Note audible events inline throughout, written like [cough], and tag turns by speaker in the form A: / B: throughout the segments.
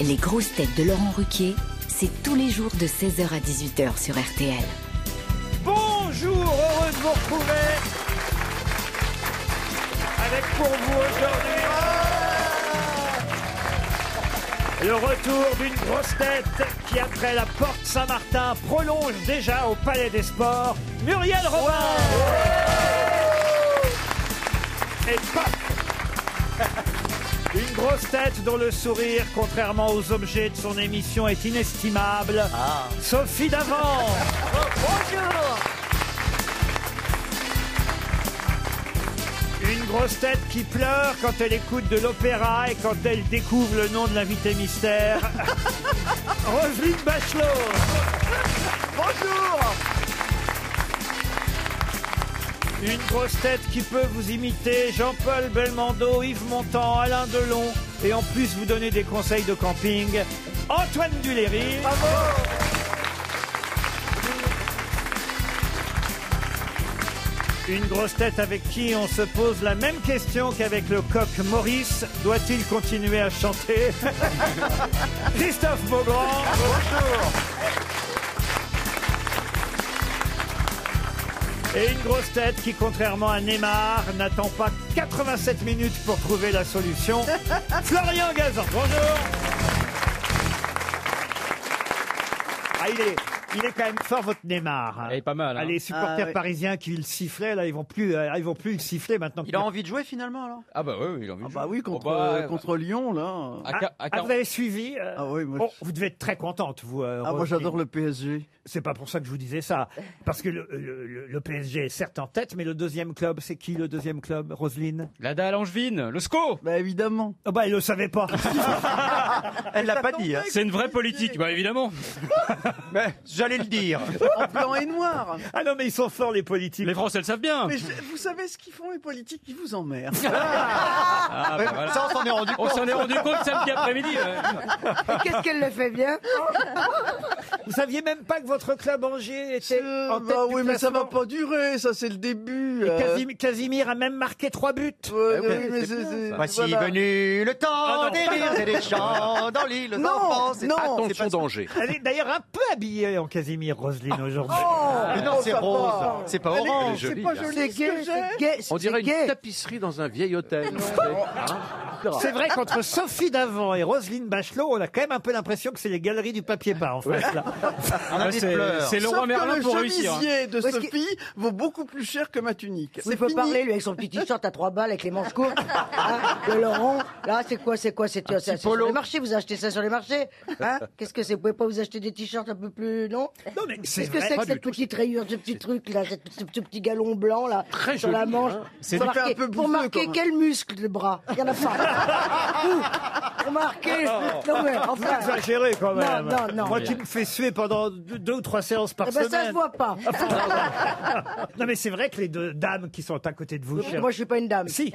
A: Les grosses têtes de Laurent Ruquier, c'est tous les jours de 16h à 18h sur RTL.
B: Bonjour, heureux de vous retrouver avec pour vous aujourd'hui ah, le retour d'une grosse tête qui après la porte Saint-Martin prolonge déjà au Palais des Sports Muriel Robin. Et paf Une grosse tête dont le sourire, contrairement aux objets de son émission, est inestimable. Sophie Davant.
C: Bonjour
B: Une grosse tête qui pleure quand elle écoute de l'opéra et quand elle découvre le nom de l'invité mystère. Roselyne Bachelot. Bonjour Une grosse tête qui peut vous imiter Jean-Paul Belmondo, Yves Montand, Alain Delon et en plus vous donner des conseils de camping. Antoine Duléry. Une grosse tête avec qui on se pose la même question qu'avec le coq Maurice. Doit-il continuer à chanter [laughs] Christophe Beaugrand. Bonjour. Et une grosse tête qui, contrairement à Neymar, n'attend pas 87 minutes pour trouver la solution. Florian Gazan. Bonjour. Ah, il est, il est quand même fort, votre Neymar. hein.
D: Elle est pas mal. hein.
B: Ah, les
E: Ah,
B: supporters
E: oui.
B: parisiens qui le sifflaient, là, ils vont plus, euh, ils vont plus le siffler maintenant.
E: Il a envie de jouer finalement alors
D: Ah bah oui, oui, il a envie de
E: Bah
D: jouer.
E: oui, contre,
D: Oh bah,
E: euh, contre Lyon
D: à
E: là.
B: Ah,
D: ca- à
B: ah,
D: quarante-
B: vous avez suivi euh,
E: Ah oui, moi,
D: Oh.
B: bon,
E: je-
B: Vous devez être très contente, vous. euh,
E: Ah, moi
B: Roselyne.
E: j'adore le PSG.
B: C'est pas pour ça que je vous disais ça. Parce que le, le- le- le PSG est certes en tête, mais le deuxième club, c'est qui le deuxième club, Roselyne
D: La dalle Angevine, le SCO
E: Bah évidemment.
B: Ah bah, elle le
D: [laughs]
B: savait pas.
E: Elle l'a pas dit.
D: C'est une vraie politique, bah évidemment.
E: J'allais le dire. en blanc et noir.
B: ah non, mais ils sont forts, les politiques.
D: Les Français le savent bien.
E: Mais je- vous savez ce qu'ils font les politiques Ils vous emmerdent.
D: Ah, bah, voilà.
E: on s'en est rendu
D: On s'en est rendu compte samedi après-midi. ouais.
F: Qu'est-ce qu'elle le fait bien
B: Vous saviez même pas que votre club Angers était en tête
E: bah
B: du
E: oui, mais ça va
B: classement.
E: pas durer, ça c'est le début.
B: Et Ah
E: euh.
B: Casim- Casimir a même marqué trois buts.
E: Ouais,
D: Eh oui,
E: oui, mais
D: c'est
E: c'est-
D: bien,
E: c'est-
D: ça.
G: Voici
E: voilà.
G: Bah, venu le temps
B: Ah non.
G: des rires [laughs] et des chants dans l'île aux
E: Non,
G: enfants. C'est-
E: non.
G: c'est pas-
H: Attention danger.
B: Elle est d'ailleurs un peu habillée en Casimir,
E: Ah.
B: Roselyne, aujourd'hui.
G: Mais non, c'est
E: Oh, ça va.
G: rose, c'est pas
E: Elle est- hein.
G: orange.
E: C'est
H: jolie,
E: pas
H: là.
E: joli
F: C'est
E: ce
F: gay,
E: que j'ai.
F: c'est gay.
H: On dirait
F: c'est
H: une
F: gay.
H: tapisserie dans un vieil hôtel.
B: C'est vrai qu'entre Sophie Davant et Roselyne Bachelot, on a quand même un peu l'impression que c'est les galeries du papier peint, en fait. là.
G: On a
D: Ah,
G: des
D: c'est
G: pleurs.
D: c'est
E: Sauf
D: Leroy
E: que
D: Merlin
E: le
D: pour
E: chemisier
D: réussir. hein.
E: de
F: Parce que-
E: Sophie vaut beaucoup plus cher que ma tunique.
F: Oui,
E: C'est
F: il peut
E: fini.
F: parler, lui, avec son petit t-shirt à trois balles, avec les manches courtes, hein, le Laurent. Là, c'est quoi, c'est quoi, c'est c'est- c'est sur les marchés, vous achetez ça sur les marchés, hein Qu'est-ce que c'est Vous pouvez pas vous acheter des t-shirts un peu plus, non
B: Non, mais c'est
F: Qu'est-ce que
B: vrai.
F: c'est que cette petite rayure, ce petit truc, là, cette- ce, ce petit galon blanc, là, sur la manche
E: C'est
F: Pour
E: du fait un
F: marquer,
E: peu
F: pour
E: bouffeux, quand
F: marquer
E: même.
F: quel muscle de bras Il y en a pas. Où pour marquer... Non, mais,
B: Vous
F: enfin...
B: exagérez quand même.
F: Non, non, non.
B: Moi qui me fais suer pendant deux, deux ou trois séances par
F: Eh ben, ça se
B: semaine.
F: voit pas.
B: non mais c'est vrai que les deux dames qui sont à côté de vous, chère-
F: Euh, Moi, je suis pas une dame. [laughs]
B: si,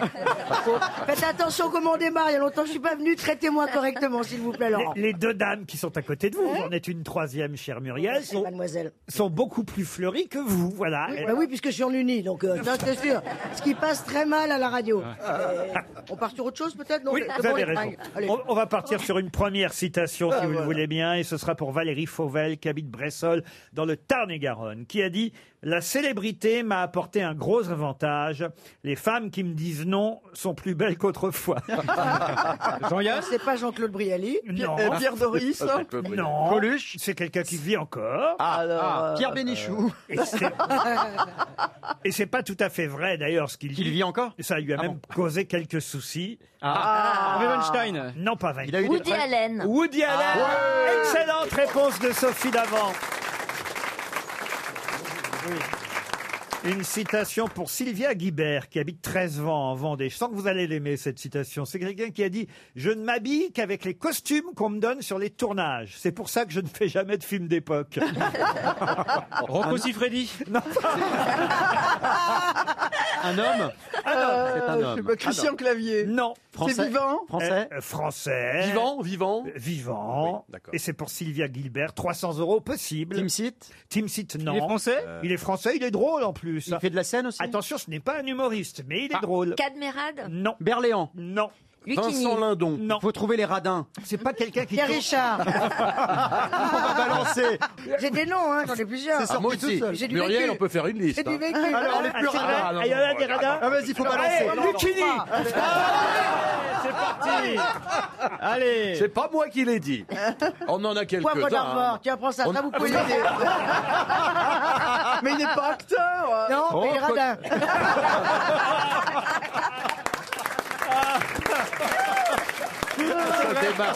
F: Faites attention comment on démarre. Il y a longtemps, je suis pas venue. Traitez-moi correctement, s'il vous plaît,
B: les,
F: Laurent.
B: les deux dames qui sont à côté de vous, vous en êtes une troisième, chère Muriel,
F: Merci,
B: sont,
F: mademoiselle.
B: sont beaucoup plus fleuries que vous, voilà.
F: Bah oui, puisque je suis en uni, donc euh, ça, c'est sûr. Ce qui passe très mal à la radio. Euh, on part sur autre chose, peut-être non
B: Oui,
F: Mais-
B: vous
F: bon,
B: avez
F: les
B: raison.
F: fringues. Allez.
B: On, on va partir sur une première citation, si vous le voulez bien, et ce sera pour Valérie Fauvel, qui habite Bressol, dans le Tarn-et-Garonne, qui a dit « La célébrité m'a apporté un gros avantage. Les femmes qui me disent non sont plus belles qu'autrefois. [laughs]
D: Jean-Yann
F: Euh, C'est pas Jean-Claude Brialy. »
B: Non,
E: Euh, Pierre Doris. hein.
B: non. C'est quelqu'un qui vit encore.
I: Ah.
E: Alors, euh,
G: Pierre Bénichou,
B: Et c'est- Et c'est pas tout à fait vrai, d'ailleurs, ce qu'il
G: qu'il
B: dit.
G: vit encore
B: Ça lui a même causé quelques soucis.
D: Ah, Ravenstein.
B: Non, pas vrai.
G: Il a eu des Ah.
J: Woody Allen.
B: Woody Allen. Excellente réponse de Sophie Davant. Une citation pour Sylvia Guibert, qui habite 13 vents en Vendée. Je sens que vous allez l'aimer, cette citation. C'est quelqu'un qui a dit « Je ne m'habille qu'avec les costumes qu'on me donne sur les tournages. C'est pour ça que je ne fais jamais de films
G: [laughs]
B: d'époque. Euh,
D: Rocco Siffredi.
G: un homme
E: euh,
G: C'est un homme.
E: je sais pas, Christian Clavier. »
B: Non.
E: C'est vivant
G: Français
B: Euh, euh, français.
H: Vivant, vivant.
B: Vivant.
H: Oui, d'accord.
B: Et c'est pour Sylvia Guilbert. 300 euros possible.
G: Team Seat
B: Timsit, non. Euh,
D: Il est français
B: Il est français, il est drôle en plus.
G: Il fait de la scène aussi
B: Attention, ce n'est pas un humoriste, mais il est drôle.
J: Cadmerade.
B: Non,
G: Berléand
B: non.
G: Vincent Lindon.
B: Non. Ah,
G: Faut trouver les radins.
B: C'est pas quelqu'un qui.
F: Pierre Richard.
G: On va balancer.
F: J'ai des noms, hein, j'en ai plusieurs.
G: C'est sorti
H: Ah, moi aussi.
G: tout seul.
F: J'ai du
H: Muriel,
F: vécu.
H: on peut faire une liste.
F: J'ai du
H: hein.
F: vécu.
G: Alors, les plus
B: Ah, c'est
G: radins.
B: vrai Ah, il y en a des radins
G: Ah, vas-y, faut balancer.
B: Allez, Lucini C'est parti
D: Allez.
H: C'est pas moi qui l'ai
G: [laughs]
H: dit. On en a
F: Poivre
H: quelques-uns. hein.
F: d'Arvor, tiens, prends ça, ça vous pouvez l'aider.
E: Mais il n'est pas acteur
F: Non, mais les
H: quoi-
F: radins.
H: Ça démarre.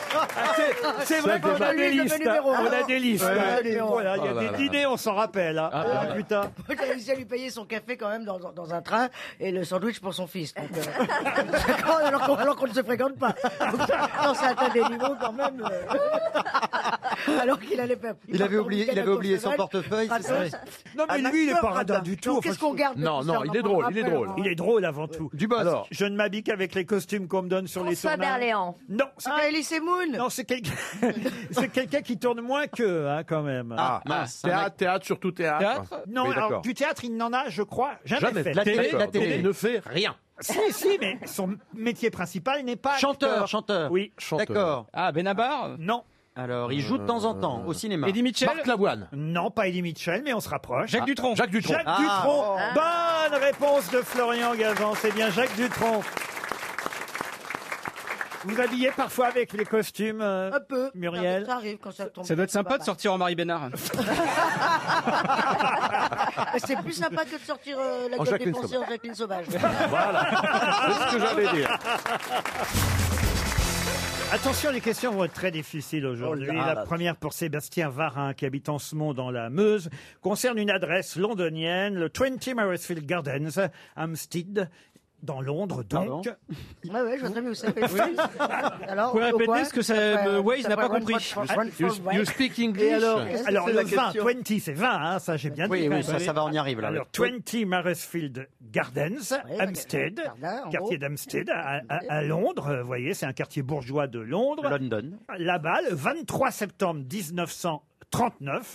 B: C'est- C'est vrai
H: Ça
B: qu'on a
H: démarre.
B: des
F: Donne-lui
B: listes. hein.
F: le numéro.
B: On a des listes.
F: Ouais,
B: Ouais.
F: le numéro.
B: Voilà, il y
H: Oh là
B: a
H: là.
B: des dîners, on s'en rappelle. hein. Ah, putain.
F: Moi, J'ai réussi à lui payer son café quand même dans, dans- dans un train et le sandwich pour son fils. Donc, euh, [laughs] alors qu'on alors qu'on ne se fréquente pas. Donc, Non, c'est un tas d'animaux quand même. euh. Alors qu'il allait pas.
G: Il avait oublié, il avait oublié son portefeuille, c'est ça
B: Non, mais lui, il est pas radin du tout.
F: Donc,
B: Enfin,
F: Qu'est-ce qu'on garde de
H: Non,
F: tout
H: non,
F: ça
H: il
F: On en
H: est drôle,
F: parlera
H: il est
F: après,
H: drôle.
F: Laurent.
B: Il est drôle avant tout.
G: Du boss.
H: Alors.
B: Je ne m'habille qu'avec les costumes qu'on me donne sur les
J: François
B: tournages.
J: Berléand.
B: Non, c'est
F: Ah, Elie Semoun
B: Non, c'est quelqu'un [laughs] c'est quelqu'un qui tourne moins qu'eux, hein, quand même.
H: Ah,
D: mince, c'est un
H: Théâtre, théâtre, surtout théâtre.
D: Théâtre
B: non,
H: oui,
B: alors,
H: d'accord.
B: du théâtre, il n'en a, je crois, jamais,
H: Jamais.
B: fait.
G: La télé,
H: D'accord.
G: la
H: Donc,
G: télé.
H: il ne fait rien.
B: Si, si, mais son métier principal n'est pas.
G: Chanteur,
B: acteur.
G: chanteur.
B: Oui.
H: Chanteur.
G: D'accord.
D: Ah, Benabar
B: Non,
G: Alors, il joue de temps en temps au cinéma.
D: Eddie Mitchell
H: Marc Lavoine.
B: non, pas Eddie Mitchell, mais on se rapproche.
D: Jacques Dutronc
H: Jacques Dutronc.
B: Jacques
G: Ah.
B: Dutronc. Bonne réponse de Florian Gazan. C'est bien Jacques Dutronc. Vous habillez parfois avec les costumes, euh,
F: Un peu.
B: Muriel.
F: Ça arrive quand ça tombe.
D: Ça doit être sympa de sortir en Marie Bénard.
F: C'est plus sympa que de sortir euh, la
H: En
F: gueule
H: Jacqueline
F: dépensée en Jacqueline
G: [laughs]
F: Sauvage.
H: C'est ce que j'allais dire.
B: Attention, les questions vont être très difficiles aujourd'hui.
G: Oh
B: la première pour Sébastien Varin, qui habite en ce moment dans la Meuse, concerne une adresse londonienne, le 20 Maresfield Gardens, Hampstead, dans Londres donc.
F: Ouais, Ah ouais, je vois très bien où ça fait. Alors,
D: Vous pouvez
F: au quoi
D: répéter ce que ça-
F: Ça fait-
D: euh, Waze
F: ça
D: n'a
F: fait
D: pas
F: one
D: compris.
F: for- one for
H: You, you
F: Waze.
H: speak English.
E: Et alors
B: Alors le 20,
E: question.
B: 20 c'est 20, hein, ça j'ai bien dit.
G: Oui,
B: quand
G: oui,
B: même.
G: ça, ça va, on y arrive là.
B: Alors,
G: oui.
B: 20 Maresfield Gardens,
F: Ouais,
B: Hampstead,
F: Jardin, en
B: quartier
F: gros.
B: d'Hampstead, à, à- à Londres, euh, vous voyez, c'est un quartier bourgeois de Londres.
G: London.
B: Là-bas, le 23 septembre 1939,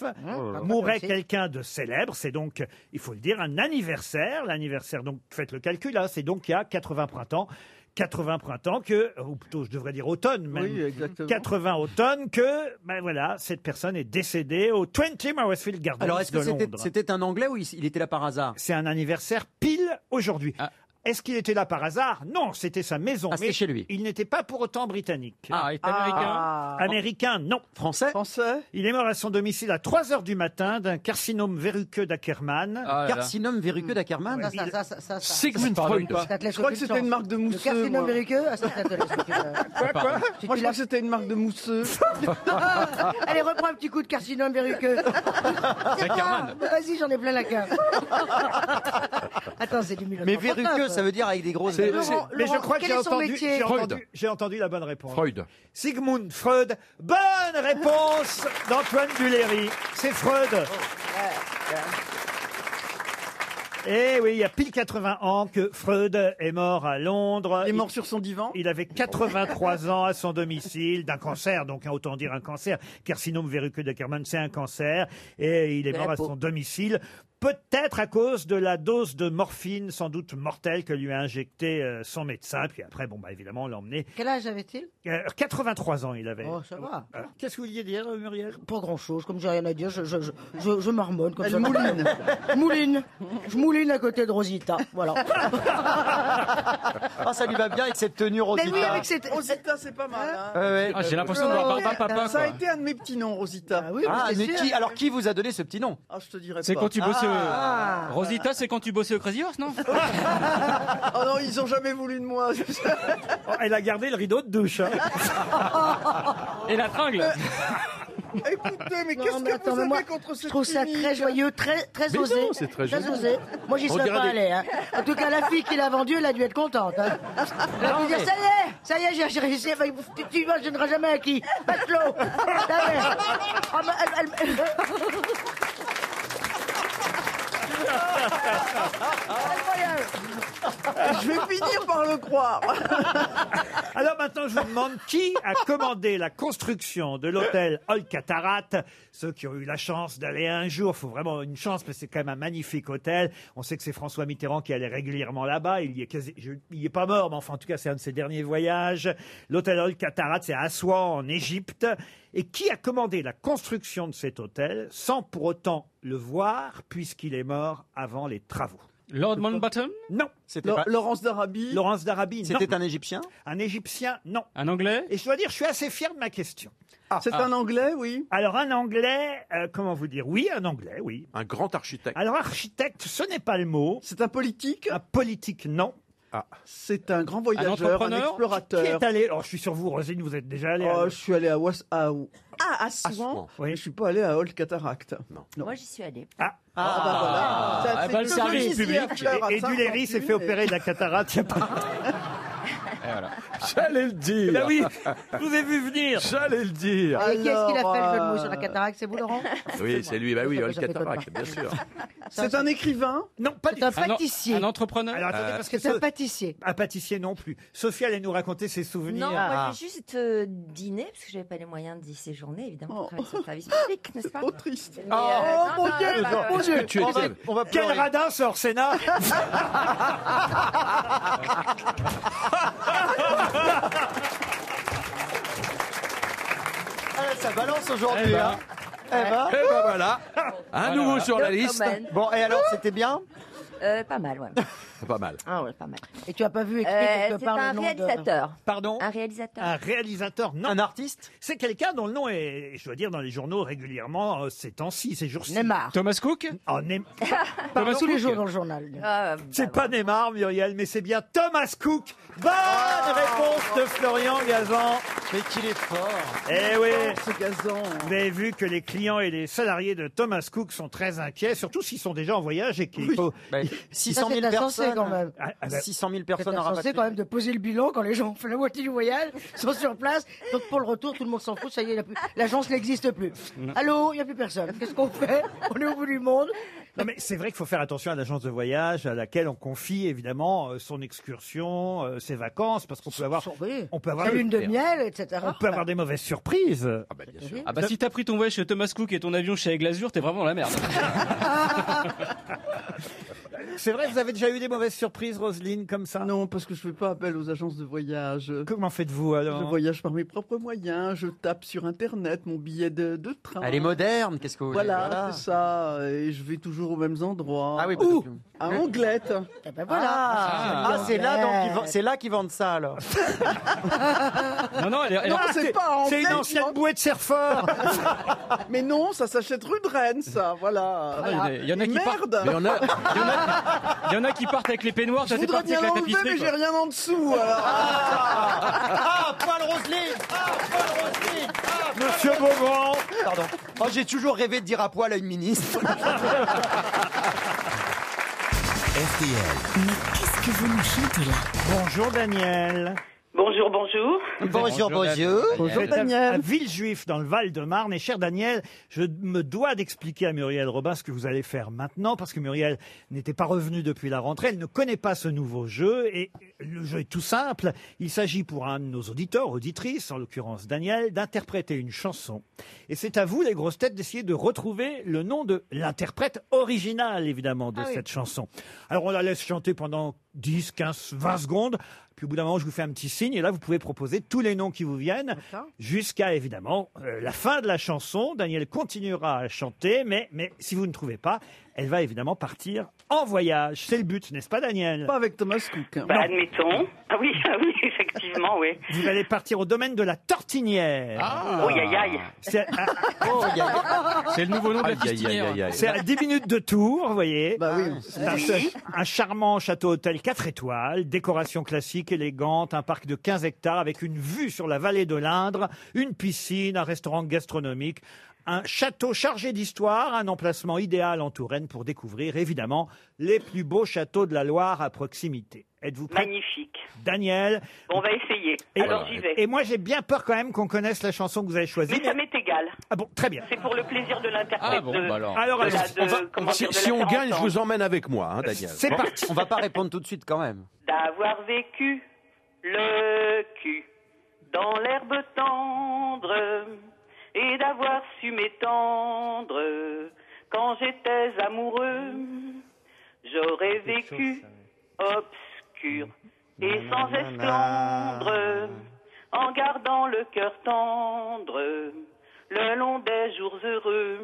G: Ah.
F: Hein,
B: mourait
F: Aussi.
B: quelqu'un de célèbre. C'est donc, il faut le dire, un anniversaire. L'anniversaire, donc, faites le calcul, hein, c'est donc il y a 80 printemps. 80 printemps que, ou plutôt je devrais dire automne même,
I: euh,
E: Oui, exactement.
B: 80 automne que, ben voilà, cette personne est décédée au 20 Maresfield Gardens
G: Alors, est-ce
B: de
G: que c'était-
B: Londres.
G: c'était un Anglais ou il il était là par hasard
B: C'est un anniversaire pile aujourd'hui.
D: Ah.
B: Est-ce qu'il était là par hasard Non, c'était sa maison.
G: Ah, c'était chez lui. Ah,
B: Il n'était pas pour autant britannique.
D: Ah, il est américain.
F: Ah.
B: Américain, non.
G: Français
E: Français
B: Il est mort à son domicile à 3 heures du matin d'un carcinome verruqueux d'Ackermann.
D: Ah là là.
G: Carcinome
F: Hmm.
G: verruqueux
E: Ah,
G: d'Ackermann
F: Ça, ça, ça, ça, ça, ça.
H: Sigmund
D: Ça se pardonne
H: Freud.
D: pas.
F: Ça te laisse
E: Je crois que
F: aucune
E: c'était une
F: chance.
E: marque de
F: Le
E: mousseux.
F: carcinome
E: Moi,
F: verruqueux, ah, ça, ça te laisse
E: [laughs]
F: aucune, euh,
E: Moi,
F: tu- tu
E: je
F: l'as-
E: crois que c'était une marque de mousseux.
F: Allez, reprends un petit coup de
E: [laughs]
F: carcinome verruqueux. C'est quoi Vas-y, j'en ai plein la cave. Attends, c'est du
G: Mais
F: 1939.
G: verruqueux, ça veut dire avec des grosses
H: C'est-
G: verrues.
F: Laurent,
B: Mais je
F: Laurent,
B: crois que
F: quel
B: j'ai
F: est son
B: entendu,
F: métier
B: j'ai
H: Freud.
B: entendu- j'ai entendu la bonne réponse.
H: Freud.
B: Sigmund Freud. Bonne réponse d'Antoine Duléry. C'est Freud.
F: Oh.
B: Eh oui, il y a pile 80 ans que Freud est mort à Londres.
E: Il est mort sur son divan.
B: Il avait 83 ans à son domicile d'un cancer, donc hein, autant dire un cancer. Carcinome verruqueux d'Ackermann, c'est un cancer. Et il est
F: De la
B: mort à
F: peau.
B: son domicile. Peut-être à cause de la dose de morphine, sans doute mortelle, que lui a injectée euh, son médecin. Puis après, bon, bah, évidemment, on l'a emmené.
F: Quel âge avait-il
B: Euh, 83 ans, il avait.
F: Oh, ça va.
B: Euh, Qu'est-ce que vous vouliez dire, euh, Muriel
F: Pas grand-chose, comme j'ai rien à dire, je, je, je, je, je marmonne comme
E: Elle
F: ça.
E: mouline.
F: mouline. Je mouline à côté de Rosita, voilà.
G: Ah, ça lui va bien avec cette tenue
F: Mais oui,
G: Rosita.
F: avec cette...
E: Rosita, c'est pas mal. hein.
G: Ouais, ouais.
D: Ah, J'ai l'impression de voir Barbara Papa.
E: Ça a
D: quoi.
E: été un de mes petits noms, Rosita.
F: Ah oui, mais
G: Ah,
F: c'est
G: mais
F: sûr.
G: qui, alors qui vous a donné ce petit nom
E: Ah, je te dirais pas.
D: C'est quand tu bossais.
F: Ah.
D: au- Rosita, c'est quand tu bossais au Crazy Horse, non
E: Oh non, ils ont jamais voulu de moi.
B: Oh, Elle a gardé le rideau de douche. hein.
D: Et la tringle
E: Écoutez, mais
F: Non,
E: qu'est-ce
F: mais
E: que
F: attends,
E: vous
F: mais
E: avez
F: moi,
E: contre ce
F: Je trouve ça très joyeux, très, très
H: Mais
F: osé.
H: non, c'est très joli.
F: osé. Moi, j'y
H: On
F: serais
H: dirait
F: pas
H: des-
F: allé. hein. En tout cas, la fille qui l'a vendue, elle a dû être contente. hein. Elle a dû dire Ça y est, ça y est, j'ai- j'ai réussi. Enfin, tu, tu n'imagineras jamais à qui. Batelot. Ça y est. Ah, mais elle- elle-
C: Incroyable Je
F: [laughs]
C: vais finir par le croire
B: Ah, Alors maintenant, je vous demande qui a commandé la construction de l'hôtel Olcatarat. Ceux qui ont eu la chance d'aller un jour, faut vraiment une chance parce que c'est quand même un magnifique hôtel. On sait que c'est François Mitterrand qui allait régulièrement là-bas. Il y est quasi, je- il y est pas mort, mais enfin en tout cas, c'est un de ses derniers voyages. L'hôtel Olcatarat, c'est à Aswan en Égypte. Et qui a commandé la construction de cet hôtel sans pour autant le voir puisqu'il est mort avant les travaux
D: Lord Mountbatten
B: Non.
G: C'était pas-
E: Laurence d'Arabie.
B: Laurence d'Arabie, non.
G: C'était un Égyptien
B: Un Égyptien, non.
D: Un anglais
B: Et je dois dire, je suis assez fier de ma question.
E: C'est un anglais, oui.
B: Alors un anglais, euh, comment vous dire Oui, un anglais, oui.
H: Un grand architecte.
B: Alors architecte, ce n'est pas le mot.
E: C'est un politique. Ah.
B: Un politique, non.
E: C'est un grand voyageur, un,
D: entrepreneur
B: Qui
E: explorateur.
B: est allé Alors je suis sur vous, Rosine, vous êtes déjà allé.
E: Oh, je suis allé à Was à, Ah, à
H: Aswan.
E: Aswan.
B: Oui.
E: mais Je suis pas allé à Old Cataract.
J: Moi, j'y suis allée.
E: Ah, bah voilà. Ça,
D: ah,
E: c'est
D: bah, le
E: que
D: service
E: je suis
D: public.
E: à hein, faire à
B: Et Duléry s'est
E: 51,
B: fait
E: mais-
B: opérer de la cataracte. il y a pas-
H: J'allais le dire.
B: Bah
D: [laughs]
B: oui, je vous ai vu venir.
H: J'allais le dire.
F: Et qu'est-ce qu'il a fait le jeu de mots sur
E: euh,
F: la cataracte C'est vous, Laurent
H: Oui, c'est lui. Bah oui,
F: Ça,
H: Ol
F: ça fait
H: Cataract, bien sûr.
E: C'est un écrivain.
B: Non, pas du
F: C'est un
E: Ah
D: Un en-
F: pâtissier.
D: Un entrepreneur
B: Alors attendez, parce que
F: C'est un
B: ce-
F: pâtissier.
B: un pâtissier non plus. Sophie allait nous raconter ses souvenirs.
J: Non,
D: Ah.
J: moi, j'ai juste euh, dîné, parce que j'avais pas les moyens d'y séjourner, évidemment,
K: Oh.
J: pour travailler sur le service public, n'est-ce
K: [laughs]
J: pas
E: Trop
F: Bah.
E: triste.
J: Mais, euh, non,
F: Ah,
J: non, non, non, non.
H: Que tu es
G: On va, on va
B: Quel
G: pleurer.
B: radin sort Sénat
G: Ah, Ça balance aujourd'hui,
D: Eh ben.
G: hein. Eh ben.
H: Eh
F: Euh.
H: ben voilà. Un nouveau
K: Oh,
H: sur la liste.
J: Gentleman.
G: Bon, et alors, c'était bien
J: Euh, pas mal,
K: [laughs]
J: ouais.
H: C'est pas mal.
J: Ah ouais, pas mal.
F: Et tu as pas vu écrit
J: Euh,
F: quelque
J: c'est
F: part
J: un
F: le nom de...
J: réalisateur.
B: Pardon
J: Un réalisateur.
K: Ah.
B: Un réalisateur Non.
G: Un artiste
B: C'est quelqu'un dont le nom est, je dois dire, dans les journaux régulièrement euh, ces temps-ci, ces jours-ci.
F: Neymar.
D: Thomas Cook
B: Oh, Neymar.
F: Pas tous les
D: Cook.
F: jours dans le journal.
J: Ah, bah,
B: C'est
J: bah,
B: pas Neymar, Muriel, mais c'est bien Thomas Cook. Bonne Ah réponse de Florian Gazan.
G: Mais qu'il est fort
B: Eh oui.
F: Euh.
E: C'est gazant.
B: Vous avez vu que les clients et les salariés de Thomas Cook sont très inquiets, surtout s'ils sont déjà en voyage et qu'il faut.
G: Ben,
F: Ça,
G: 600
F: c'est
G: 000
F: insensé
G: personnes.
E: hein.
F: quand même.
B: Ah, ah, bah,
G: 600 000
F: C'est
G: personnes en
F: insensé
G: rapatrié.
F: quand même de poser le bilan quand les gens ont fait la moitié du voyage, [laughs] sont sur place. Donc pour le retour, tout le monde s'en fout. Ça y est, il y a plus- l'agence n'existe plus. Allô, il n'y a plus personne. Qu'est-ce qu'on fait [laughs] On est au bout du monde.
B: non, mais c'est vrai qu'il faut faire attention à l'agence de voyage à laquelle on confie évidemment euh, son excursion, euh, ses vacances, parce qu'on peut avoir,
F: Sauvé.
B: on peut avoir,
F: La lune de
H: Pierre.
F: miel, Ah, etc.
B: on peut avoir des mauvaises surprises.
H: Ah bah bien sûr.
D: Ah bah si t'as pris ton voyage chez Thomas Cook et ton avion chez Glazure, t'es vraiment dans la merde.
B: C'est vrai, vous avez déjà eu des mauvaises surprises, Roselyne, comme ça
E: Ah Non, parce que je fais pas appel aux agences de voyage.
B: Comment faites-vous
E: Je
B: alors
E: voyage par mes propres moyens, je tape sur Internet mon billet de, de
F: Ah.
E: train.
G: Elle est moderne, qu'est-ce que vous voulez
E: Voilà, c'est ça. Et je vais toujours aux mêmes endroits.
G: Ah oui, parce
E: Ouh,
G: que-
E: à Anglette.
F: Eh ben voilà.
G: Voilà. Ah, c'est là, donc, ils vendent- c'est là qu'ils vendent ça alors.
D: Non, non, elle, est- elle-
E: non, c'est pas Anglette.
B: C'est une ancienne bouée de surfeur
E: [laughs] Mais non, ça s'achète rue de Rennes, ça. Voilà.
D: Ah, il y en a- il y en a qui partent-
E: Merde.
H: Mais on a.
D: il y, en a, il y en a qui partent avec les peignoirs,
E: Je
D: ça c'est
E: voudrais
D: parti
E: bien
D: avec la
E: l'enlever, mais
D: tapisserie.
E: j'ai rien en dessous.
D: [laughs]
E: alors.
G: Ah, Paul Roselyne Ah, Paul Roselyne
B: Monsieur Beaugrand
G: Pardon. Oh, j'ai toujours rêvé de dire à poil à une ministre.
A: Mais qu'est-ce que vous nous chantez là
B: Bonjour Daniel
K: Bonjour, bonjour.
G: bonjour, bonjour.
B: Vous êtes à-
E: Daniel.
B: À, Villejuif, dans le Val-de-Marne. Et cher Daniel, je me dois d'expliquer à Muriel Robin ce que vous allez faire maintenant, parce que Muriel n'était pas revenue depuis la rentrée. Elle ne connaît pas ce nouveau jeu. Et le jeu est tout simple. Il s'agit pour un de nos auditeurs, auditrices, en l'occurrence Daniel, d'interpréter une chanson. Et c'est à vous, les grosses têtes, d'essayer de retrouver le nom de l'interprète original, évidemment, de cette chanson. Alors, on la laisse chanter pendant 10, 15, 20 secondes. Puis au bout d'un moment, je vous fais un petit signe et là, vous pouvez proposer tous les noms qui vous viennent jusqu'à évidemment euh, la fin de la chanson. Daniel continuera à chanter, mais, mais si vous ne trouvez pas, elle va évidemment partir en voyage. C'est le but, n'est-ce pas, Daniel
E: Pas avec Thomas Cook. hein.
K: Bah, admettons. Ah oui, ah oui, effectivement, oui.
B: Vous allez partir au domaine de la tortinière.
K: Oui, aïe, aïe.
B: C'est à,
D: C'est le nouveau nom de la
H: Aïe, aïe, aïe,
D: fistinière.
H: aïe, aïe.
B: c'est à 10 minutes de Tours, vous voyez.
E: Bah oui.
B: C'est un, un charmant château-hôtel 4 étoiles, décoration classique, élégante, un parc de 15 hectares avec une vue sur la vallée de l'Indre, une piscine, un restaurant gastronomique, un château chargé d'histoire, un emplacement idéal en Touraine pour découvrir évidemment les plus beaux châteaux de la Loire à proximité. Êtes-vous prête
K: Magnifique.
B: Daniel
K: Bon, on va essayer.
B: et,
K: Alors j'y vais.
B: et moi j'ai bien peur quand même qu'on connaisse la chanson que vous avez choisie.
K: Mais ça m'est égal.
B: Ah bon, très bien.
K: C'est pour le plaisir de l'interprète.
B: Ah bon,
K: de-
B: bah alors.
K: de
B: Alors,
K: la-
B: alors,
K: de-
B: on va-
K: comment
H: si
K: dire, de
H: si
K: la
H: on gagne, je
K: 40 ans.
H: vous emmène avec moi, hein, Daniel.
B: C'est parti.
E: On va pas répondre tout de suite quand même.
K: D'avoir vécu le cul dans l'herbe tendre et d'avoir su m'étendre quand j'étais amoureux. J'aurais vécu obscur et sans esplendre en gardant le cœur tendre le long des jours heureux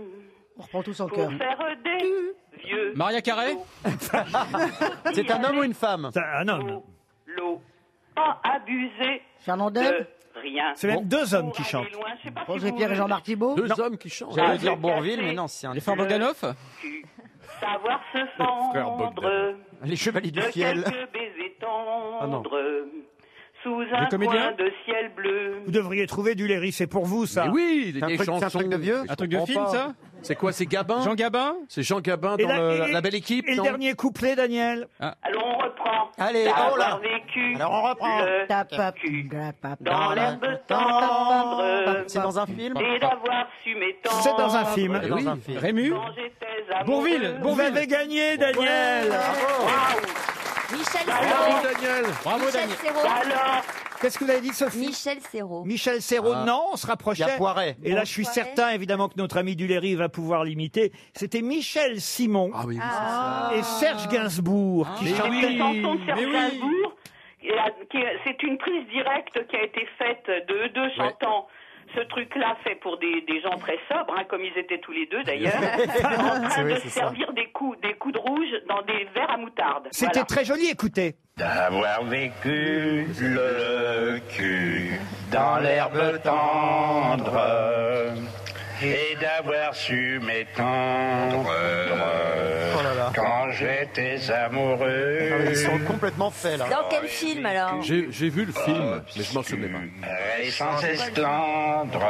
F: On reprend tous en
K: pour
F: cœur.
K: faire des vieux.
D: Maria Carré
E: C'est un homme ou une femme
B: Un homme.
K: l'eau. Pas abuser
F: Fernandel
K: de rien.
B: C'est même deux hommes qui chantent.
K: Loin, je sais pas si
F: Roger
K: vous
F: Pierre et
K: voulez
F: Jean marc Thibault
H: Deux hommes qui chantent.
E: J'allais dire Bourville, mais non, c'est un.
D: Les frères Bogdanov
K: savoir se fendre
E: Les Chevaliers
K: de
E: du Fiel.
K: quelques baisers
E: Ah non.
K: tendres sous un
D: comédiens
K: coin de ciel bleu.
B: Vous devriez trouver du Léry, c'est pour vous ça.
H: Mais oui,
E: C'est un
H: des
E: truc- c'est un
H: chansons.
E: truc de vieux
H: Je
D: Un truc de
H: comprends
D: film,
H: pas.
D: ça
H: C'est quoi, c'est Gabin
D: Jean Gabin
H: C'est Jean Gabin
B: Et
H: dans
B: la-
H: le-
B: et-
H: la belle équipe,
B: Et le
H: non
B: dernier couplet, Daniel
K: Alors on reprend.
E: Allez, oh là
K: D'avoir vécu
E: Alors on reprend.
K: le
F: Tap, tap,
K: cul
F: tap, tap,
K: dans
F: tap,
K: l'herbe
F: tap, tap,
K: tendre
E: C'est dans un film
K: et d'avoir su m'étendre.
B: C'est dans
H: Ah,
B: un film.
E: C'est dans un film.
D: Rému
K: Quand j'étais amoureux.
D: Bourville,
B: Vous
D: Bourville.
B: avez gagné, Daniel
J: Michel
H: Bravo,
J: Serrault.
H: Daniel
D: Bravo
J: Michel
D: Daniel.
J: Serrault.
K: Bah Alors,
B: Qu'est-ce que vous avez dit, Sophie
J: Michel Serrault.
B: Michel Serrault,
E: Ah.
B: non, on se
E: Il y
B: rapprochait.
E: a Poiret.
B: Et là, je suis
J: Poiret.
B: certain, évidemment, que notre ami Duléry va pouvoir l'imiter. C'était Michel Simon
H: Ah oui, Ah. oui,
B: et Serge Gainsbourg qui
K: C'est
B: chantaient.
K: une chanson de Serge
D: Ah oui.
K: Gainsbourg, et la- qui est- C'est une prise directe qui a été faite de deux chantants. Ce truc-là fait pour des, des gens très sobres, hein, comme ils étaient tous les deux d'ailleurs,
D: Ah,
K: en train
E: Oui,
K: de
E: c'est ça.
K: servir des coups, des coups de rouge dans des verres à moutarde.
B: C'était
K: Voilà.
B: très joli, écoutez.
G: D'avoir vécu le cul dans l'herbe tendre et d'avoir su m'étendre
E: Oh là là.
G: quand j'étais
E: Non, mais Ils
G: amoureux.
E: sont complètement faits là.
J: Dans Oh, quel film alors
H: J'ai j'ai vu le film, mais je m'en souvenais pas.
G: Et sans esplendre,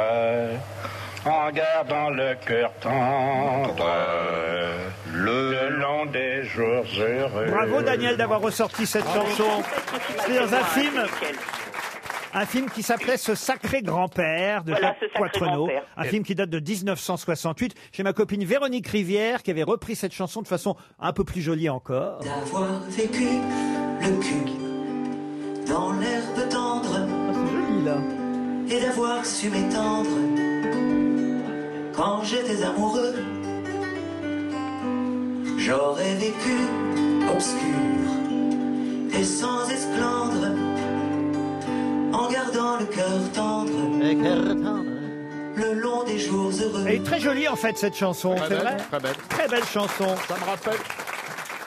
G: en gardant le cœur tendre, le long des jours heureux.
B: Bravo, Daniel, d'avoir ressorti cette chanson. C'est dans un film. Un film qui s'appelait Ce sacré grand-père de
K: Voilà,
B: Jacques
K: Ce sacré
B: Poitrenaud.
K: grand-père.
B: Un film qui date de 1968. J'ai ma copine Véronique Rivière qui avait repris cette chanson de façon un peu plus jolie encore.
L: D'avoir vécu le cul dans l'herbe tendre
C: Ah, c'est joli, là.
L: et d'avoir su m'étendre quand j'étais amoureux. J'aurais vécu obscur et sans esplendre en gardant le cœur tendre
E: Avec l'air tendre.
L: le long des jours heureux.
B: Elle est très jolie en fait cette chanson,
H: Très
B: c'est vrai
H: belle, très belle.
B: Très belle chanson.
H: Ça me rappelle.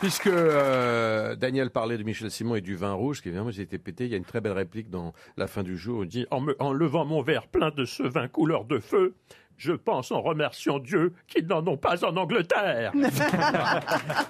H: Puisque euh, Daniel parlait de Michel Simon et du vin rouge, qui évidemment j'ai été pété, il y a une très belle réplique dans la fin du jour où il dit en, me- en levant mon verre plein de ce vin couleur de feu, je pense en remerciant Dieu qu'ils n'en ont pas en Angleterre.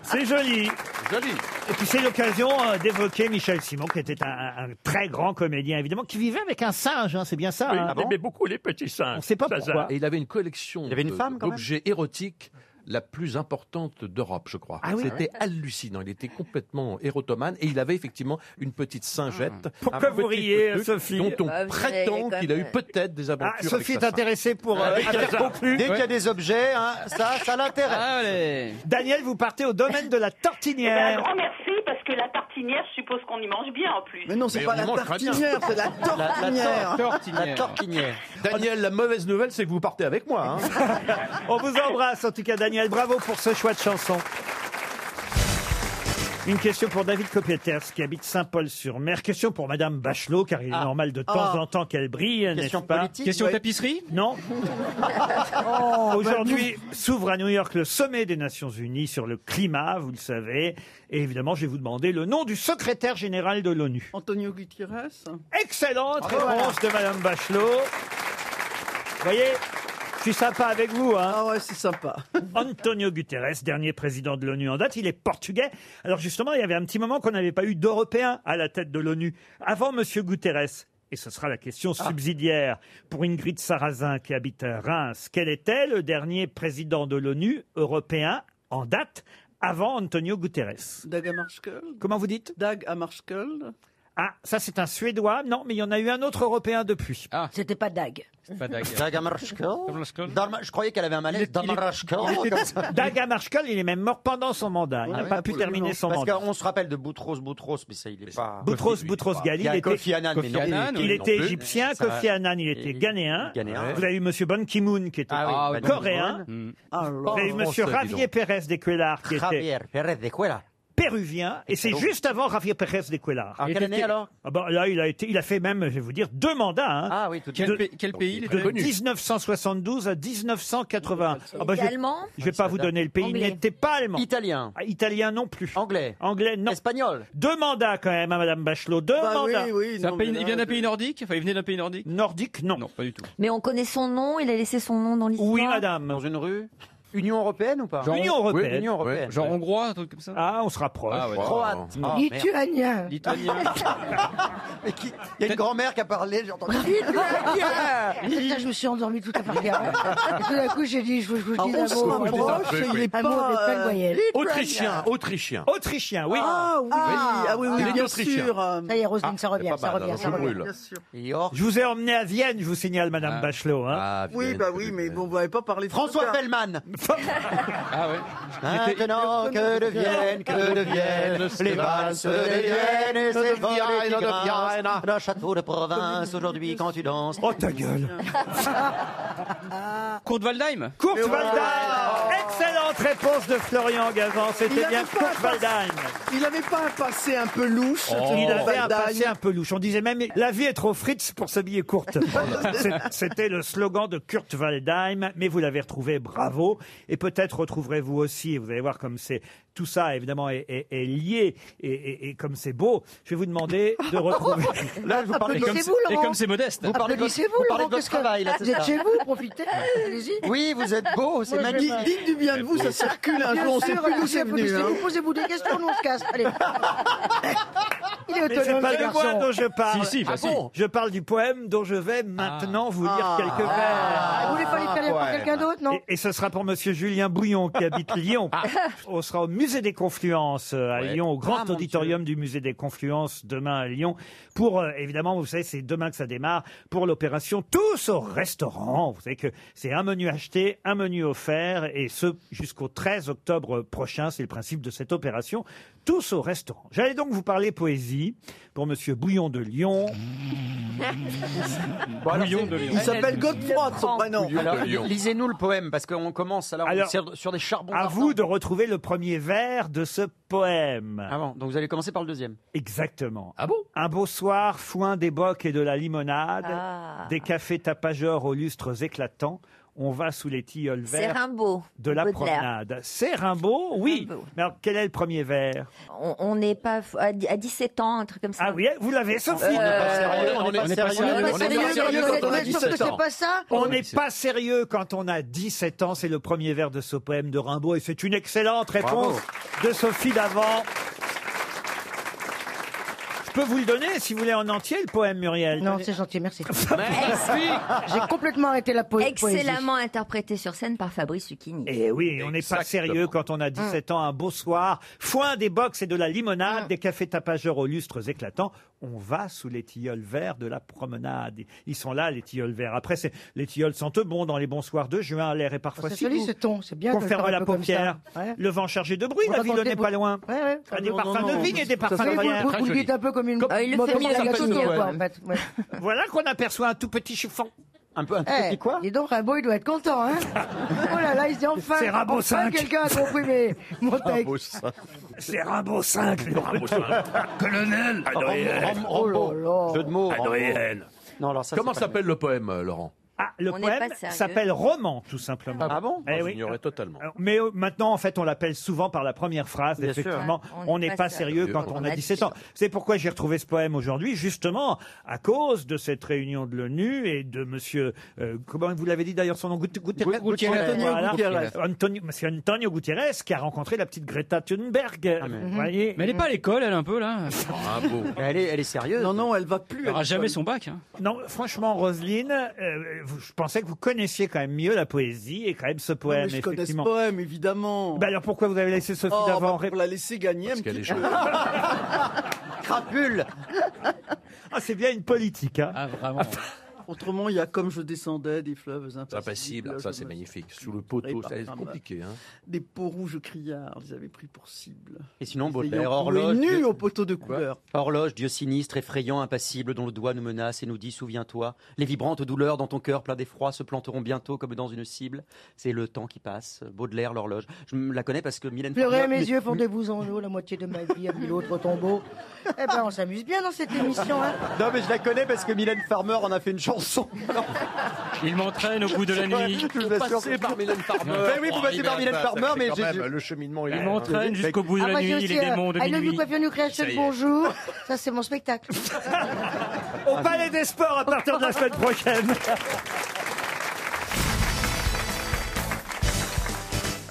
B: C'est joli.
H: [laughs] Joli.
B: Et puis c'est l'occasion euh, d'évoquer Michel Simon, qui était un, un très grand comédien évidemment, qui vivait avec un singe, hein, c'est bien ça.
H: Ah,
B: hein.
E: bon
H: beaucoup les petits singes.
B: On sait pas pourquoi.
H: Et il avait une collection
E: Il avait une
H: de-
E: femme, quand même
H: d'objets érotiques la plus importante d'Europe, je crois.
B: Ah oui
H: C'était hallucinant. Il était complètement érotomane et il avait effectivement une petite singette.
B: Pourquoi
H: un
B: vous
H: petit
B: riez,
H: truc
B: Sophie
H: Dont on
J: Bah, vous savez,
H: prétend
J: comme- euh,
H: qu'il a eu peut-être des aventures.
B: Ah, Sophie
H: avec
B: est
H: sa singe.
B: intéressée pour euh, affaires conclues.
E: Dès qu'il y a des objets, hein, ça, ça l'intéresse.
D: Ah, Allez
B: Daniel, vous partez au domaine de la
K: Eh ben, un
B: tortinière.
K: grand merci parce que la tartinière, je suppose qu'on y mange bien en plus.
C: Mais non, c'est
H: Mais
C: pas
H: on
C: la
H: mange très bien.
C: tartinière, c'est la tortinière.
E: Ah, La
D: Tortinière.
E: torquinière.
H: Daniel, la mauvaise nouvelle, c'est que vous partez avec moi. hein.
B: On vous embrasse en tout cas, Daniel. Bravo pour ce choix de chanson. Une question pour David Kopieters qui habite Saint-Paul-sur-Mer. Question pour Madame Bachelot, car il est
E: Ah.
B: normal de temps
E: Ah.
B: en temps qu'elle brille, n'est-ce
E: Question
B: pas
E: politique. Oh,
D: Question
E: ouais.
D: tapisserie
E: [laughs]
B: Non Oh, Aujourd'hui
E: bah,
B: s'ouvre à New York le sommet des Nations Unies sur le climat, vous le savez. Et évidemment, je vais vous demander le nom du secrétaire général de l'ONU.
C: Antonio Gutiérrez.
B: Excellente réponse de Madame Bachelot. Vous voyez, je suis sympa avec vous. Hein
C: Ah ouais, c'est sympa.
B: Antonio Guterres, dernier président de l'ONU en date, il est portugais. Alors justement, il y avait un petit moment qu'on n'avait pas eu d'Européens à la tête de l'ONU. Avant Monsieur Guterres, Et ce sera la question subsidiaire pour Ingrid Sarrazin qui habite à Reims. Quel était le dernier président de l'ONU européen en date avant Antonio Guterres
I: Dag Hammarskjöld.
B: Comment vous dites
I: Dag Hammarskjöld.
B: Ah, ça c'est un Suédois. Non, mais il y en a eu un autre Européen depuis.
F: C'était pas Dag.
G: Dag Hammarskjöld. Dalma- Je croyais qu'elle avait un malaise. Dag Hammarskjöld.
B: Dag Hammarskjöld, il est même mort pendant son mandat. Il n'a pas
G: Ah,
B: pu terminer son
G: Parce
B: mandat.
G: qu'on se rappelle de Boutros, Boutros, mais ça, il est pas.
B: Boutros Boutros Ghali,
G: Il y a
B: il était,
G: Kofi Annan, mais non.
B: il était égyptien,
G: Ça-
B: Kofi Annan, il était ghanéen.
G: Ghanéen.
B: Vous avez eu Monsieur Ban Ki-moon qui était
G: Ah oui, Ban Ki-moon.
B: coréen.
G: Hmm.
I: Ah,
B: Vous avez eu
I: Bah
G: Pas
B: Monsieur
G: français, dis
B: Javier
G: donc.
B: Pérez de Cuellar qui était Ah,
G: Javier Pérez de Cuellar.
B: péruvien et c'est
G: donc.
B: juste avant Javier Pérez de Cuellar.
G: Ah, quelle
B: Il
G: année,
B: était-
G: alors
B: Ah bah, là il a été il a fait même je vais vous dire deux mandats hein.
G: Ah oui, tout de
B: De-
G: suite. Quel pa- quel
B: de-
G: pays, il est
B: De
G: connu
B: 1972 à 1980. Ah
J: Il
B: bah,
J: est
B: je-
J: allemand
B: Je vais pas vous donner le pays, il
J: Anglais.
B: n'était pas allemand. Ah,
G: Italien.
B: italien non plus.
G: Anglais.
B: Anglais non.
G: Espagnol.
B: Deux mandats quand même à madame Bachelot, deux
D: Bah oui,
B: mandats.
D: oui, C'est un non, pays- mais là, il vient d'un je- pays nordique Enfin, il venait d'un pays nordique
B: Nordique non.
D: Non, pas du tout.
J: Mais on connaît son nom, il a laissé son nom dans l'histoire.
B: Oui, madame.
G: Dans une rue Union européenne ou pas
D: Genre-
B: Union européenne.
D: Ah, Oui, Union européenne. Ouais. Genre
B: hongrois, un truc comme ça. Ah, on se rapproche.
D: Ah ouais.
G: Croate. Ah, merde.
F: Lituanien.
G: Lituanien. Mais qui- Il y a une grand-mère qui a parlé, j'ai entendu.
F: Putain, Ah, je me suis endormie tout à l'heure. Et Tout d'un coup, j'ai dit, je vous, je vous
G: Ah,
F: dis
G: on
F: un
G: se
F: mot.
G: rapproche,
F: il est pas, euh,
B: Ah,
H: Autrichien, Autrichien.
B: Autrichien,
H: oui.
I: Ah oui, ah, oui, oui,
H: Il est
I: bien
H: autrichien.
I: sûr. euh,
F: Ça y est, Roselyne, ça revient, ça revient, ça revient.
H: brûle.
B: Je vous ai emmené à Vienne, je vous signale, Madame
D: Ah.
B: Bachelot. hein.
I: Oui, bah oui, mais bon, vous n'avez pas parlé de
G: François
I: ça.
G: Pellman.
D: Ah ouais.
G: Maintenant que deviennent, que deviennent les valses des Viennes et ces folles égrasses d'un château de province aujourd'hui quand tu danses.
B: Oh ta gueule
I: Ah.
D: Kurt Waldheim
B: Kurt
D: Oh.
B: Waldheim Excellente réponse de Florian Gavant,
I: Il
B: c'était
I: avait
B: bien
I: pas
B: Kurt
I: un pas-
B: Waldheim.
I: Il n'avait pas un passé un peu louche.
D: Oh.
I: ce
B: Il
I: Van
B: avait un
I: Damme.
B: passé un peu louche. On disait même la vie est trop frite pour
I: [laughs]
B: s'habiller
I: Oh
B: courte. C'est- C'était le slogan de Kurt Waldheim, mais vous l'avez retrouvé, bravo. Et peut-être retrouverez-vous aussi, et vous allez voir comme c'est tout ça évidemment est, est- est lié et, et- et comme c'est beau. Je vais vous demander
I: [laughs]
B: de retrouver.
G: Là, je vous parle
D: Et comme c'est- et
F: hein.
D: comme c'est modeste.
G: Vous parlez de votre, vous
F: Applaudissez-vous,
G: parlez
F: Laurent,
G: de votre
F: qu'est-ce que
G: travail, là,
F: Vous
G: c'est
F: êtes
G: ça
F: chez vous, profitez. Allez-y.
G: Oui, vous êtes beau, c'est
F: Moi, je vais
G: magnifique.
F: pas-
I: Dites du bien de vous, ça circule un jour, on ne sait
F: Bien
I: plus
F: sûr,
I: d'où c'est venu.
F: applaudissez-vous,
I: hein.
F: Posez-vous des questions, nous on se casse.
I: [laughs]
F: Allez. Il est
B: Mais c'est
F: autonome,
B: pas
F: ce
B: de moi
F: garçon.
B: dont je parle.
D: Si, si, bah Ah si. bon
B: Je parle du poème dont je vais maintenant vous lire quelques vers.
F: Ah, Vous voulez pas les faire pour quelqu'un d'autre, non
B: Et, et ce sera pour Monsieur Julien Bouillon qui habite Lyon. On sera au Musée des Confluences euh, à Lyon, au grand auditorium du Musée des Confluences demain à Lyon. Pour euh, évidemment, vous savez, c'est demain que ça démarre pour l'opération Tous au restaurant. Vous savez que c'est un menu acheté, un menu offert, et ce jusqu'au 13 octobre prochain. C'est le principe de cette opération Tous au restaurant. J'allais donc vous parler poésie pour Monsieur Bouillon de Lyon.
D: Bouillon de Lyon.
I: Il s'appelle Godefroy, de son prénom.
G: Alors,
H: de Lyon.
G: lisez-nous le poème, parce qu'on commence alors, on
B: Alors,
G: sur, sur des charbons.
B: À
G: ardents.
B: vous de retrouver le premier vers de ce poème.
G: Ah bon, donc vous allez commencer par le deuxième.
B: Exactement.
G: Ah bon
B: Un beau soir, foin des bocs et de la limonade,
J: Ah.
B: des cafés tapageurs aux lustres éclatants, on va sous les tilleuls
J: C'est
B: verts
J: Rimbaud.
B: de la
J: Baudelaire.
B: promenade. C'est Rimbaud, oui.
J: Rimbaud.
B: Mais alors, quel est le premier vers
J: On- On n'est pas fou- à dix- à 17 ans, un truc comme ça.
B: Ah oui, vous l'avez, Sophie
J: Euh,
G: on n'est pas
F: On est
G: sérieux.
F: pas sérieux,
I: sérieux
F: quand
I: quand on a
F: êtes- sauf que
I: 17 ans.
F: Ah, c'est pas ça.
B: On n'est pas sérieux quand on a 17 ans, c'est le premier vers de ce poème de Rimbaud et c'est une excellente réponse de Sophie Davant. Je peux vous le donner si vous voulez en entier le poème Muriel.
F: Non, c'est gentil,
B: [laughs]
F: merci.
D: Ah
J: Ex-
F: J'ai complètement arrêté la po- poésie.
J: Excellemment interprété sur scène par Fabrice Lucchini.
B: Eh oui, on n'est pas sérieux quand
F: Hum.
B: on a 17 ans, un beau soir, foin des box et de la limonade,
F: Hum.
B: des cafés tapageurs aux lustres éclatants. On va sous les tilleuls verts de la promenade. Ils sont là, les tilleuls verts. Après, c'est les tilleuls senteux, bon, dans les bons soirs de juin, l'air est parfois
F: C'est
B: si
F: joli
B: doux
F: ce ton, c'est bien.
B: qu'on
F: de le
B: ferme
F: faire un
B: la
F: peu comme ça.
B: paupière.
F: Ouais.
B: Le vent chargé de bruit, la
F: Vous
B: ville n'est
F: racontez-
B: pas loin.
F: Ouais, ouais.
B: Ah, des
F: Non,
B: parfums
F: non,
B: de
F: non.
B: vigne et des
F: Ça,
B: parfums
F: oui,
B: de
F: vous-
B: bière.
F: Vous le dites un peu comme une.
J: Ah, il le
F: comme
J: fait mieux
F: une
J: que
F: gâteau,
J: nous,
F: quoi,
J: ouais.
F: en fait. Ouais.
B: Voilà qu'on aperçoit un tout petit chiffon.
G: Un peu un tout
F: Eh,
G: petit quoi
F: Dis donc, Rimbaud, il doit être content, hein Oh là là, il se dit enfin
B: C'est Rimbaud
F: enfin,
B: cinq.
F: quelqu'un a compris mes, mon texte.
B: C'est Rimbaud 5.
H: Colonel
G: Ram- Ram- Rambo.
F: là là.
H: Jeu de mots. Rambo.
G: Non, alors ça,
H: Comment
G: c'est pas
H: s'appelle le poème, euh, Laurent
B: Ah, le
J: On n'est
B: poème
J: pas sérieux.
B: s'appelle roman, tout simplement.
H: Ah bon
B: Eh
H: Ah,
B: oui.
H: J'ignorais totalement.
B: Alors, Mais euh, maintenant, en fait, on l'appelle souvent par la première phrase.
H: Bien sûr.
B: Effectivement,
H: Ouais,
B: on n'est pas, sérieux quand on, a 17 ans. C'est pourquoi j'ai retrouvé ce poème aujourd'hui, justement, à cause de cette réunion de l'ONU et de monsieur, euh, comment vous l'avez dit d'ailleurs son nom, Gut- Guterres-
E: Gu- Gutiérrez.
B: Antonio
E: Voilà.
B: Guterres. Antonio- monsieur Antonio Guterres qui a rencontré la petite Greta Thunberg.
I: Ah,
B: vous voyez.
D: Mais elle n'est pas à l'école, elle, un peu, là.
G: Elle est, elle est sérieuse.
I: Non, non, elle va plus.
D: Elle aura jamais son bac. hein.
B: Non, franchement, Roselyne, euh, vous- je pensais que vous connaissiez quand même mieux la poésie et quand même ce
I: Non, mais
B: poème.
I: je connais ce
B: effectivement.
I: poème, évidemment.
B: Bah alors pourquoi vous avez laissé Sophie
I: Oh,
B: d'avant
I: bah, pour la laisser gagner un petit peu. [laughs]
G: Crapule
B: Ah, c'est bien une politique. Hein.
D: Ah, vraiment.
I: Autrement, il y a comme je descendais des fleuves
H: C'est impassible, ça c'est magnifique. Sous le poteau,
I: Répar-
H: c'est compliqué. Hein.
I: Des peaux rouges criards, ils avaient pris pour cible.
G: Et sinon,
I: Ayant
G: Baudelaire,
I: trouvé
G: horloge.
I: nu
G: Dieu-
I: au poteau de couleur.
G: Horloge, Dieu sinistre, effrayant, impassible, dont le doigt nous menace et nous dit Souviens-toi, les vibrantes douleurs dans ton cœur plein d'effroi se planteront bientôt comme dans une cible. C'est le temps qui passe. Baudelaire, l'horloge. Je me la connais parce que Mylène.
F: Pleurez à
G: Farmer-
F: mes
G: mais-
F: yeux, fondez-vous en eau, la moitié de ma vie a mis l'autre au tombeau. Eh ben, on s'amuse bien dans cette émission, hein.
G: [laughs] Non, mais je la connais parce que Mylène Farmer en a fait une chanson. [laughs]
D: Il m'entraîne au bout de la nuit.
G: Je vous assure.
H: Passez par Mylène Farmer. Ah,
G: Ben oui, vous passez par Mylène Farmer, mais j'ai- j'ai-
H: le cheminement.
D: Il m'entraîne jusqu'au bout de
F: Ah,
D: la
F: moi, j'ai
D: nuit,
F: aussi,
D: les
F: euh,
D: démons de
F: I love you,
D: minuit.
F: coiffure nucléation,
D: Ça y est.
F: bonjour. Ça, c'est mon spectacle.
B: Au Palais des Sports à partir de la semaine prochaine.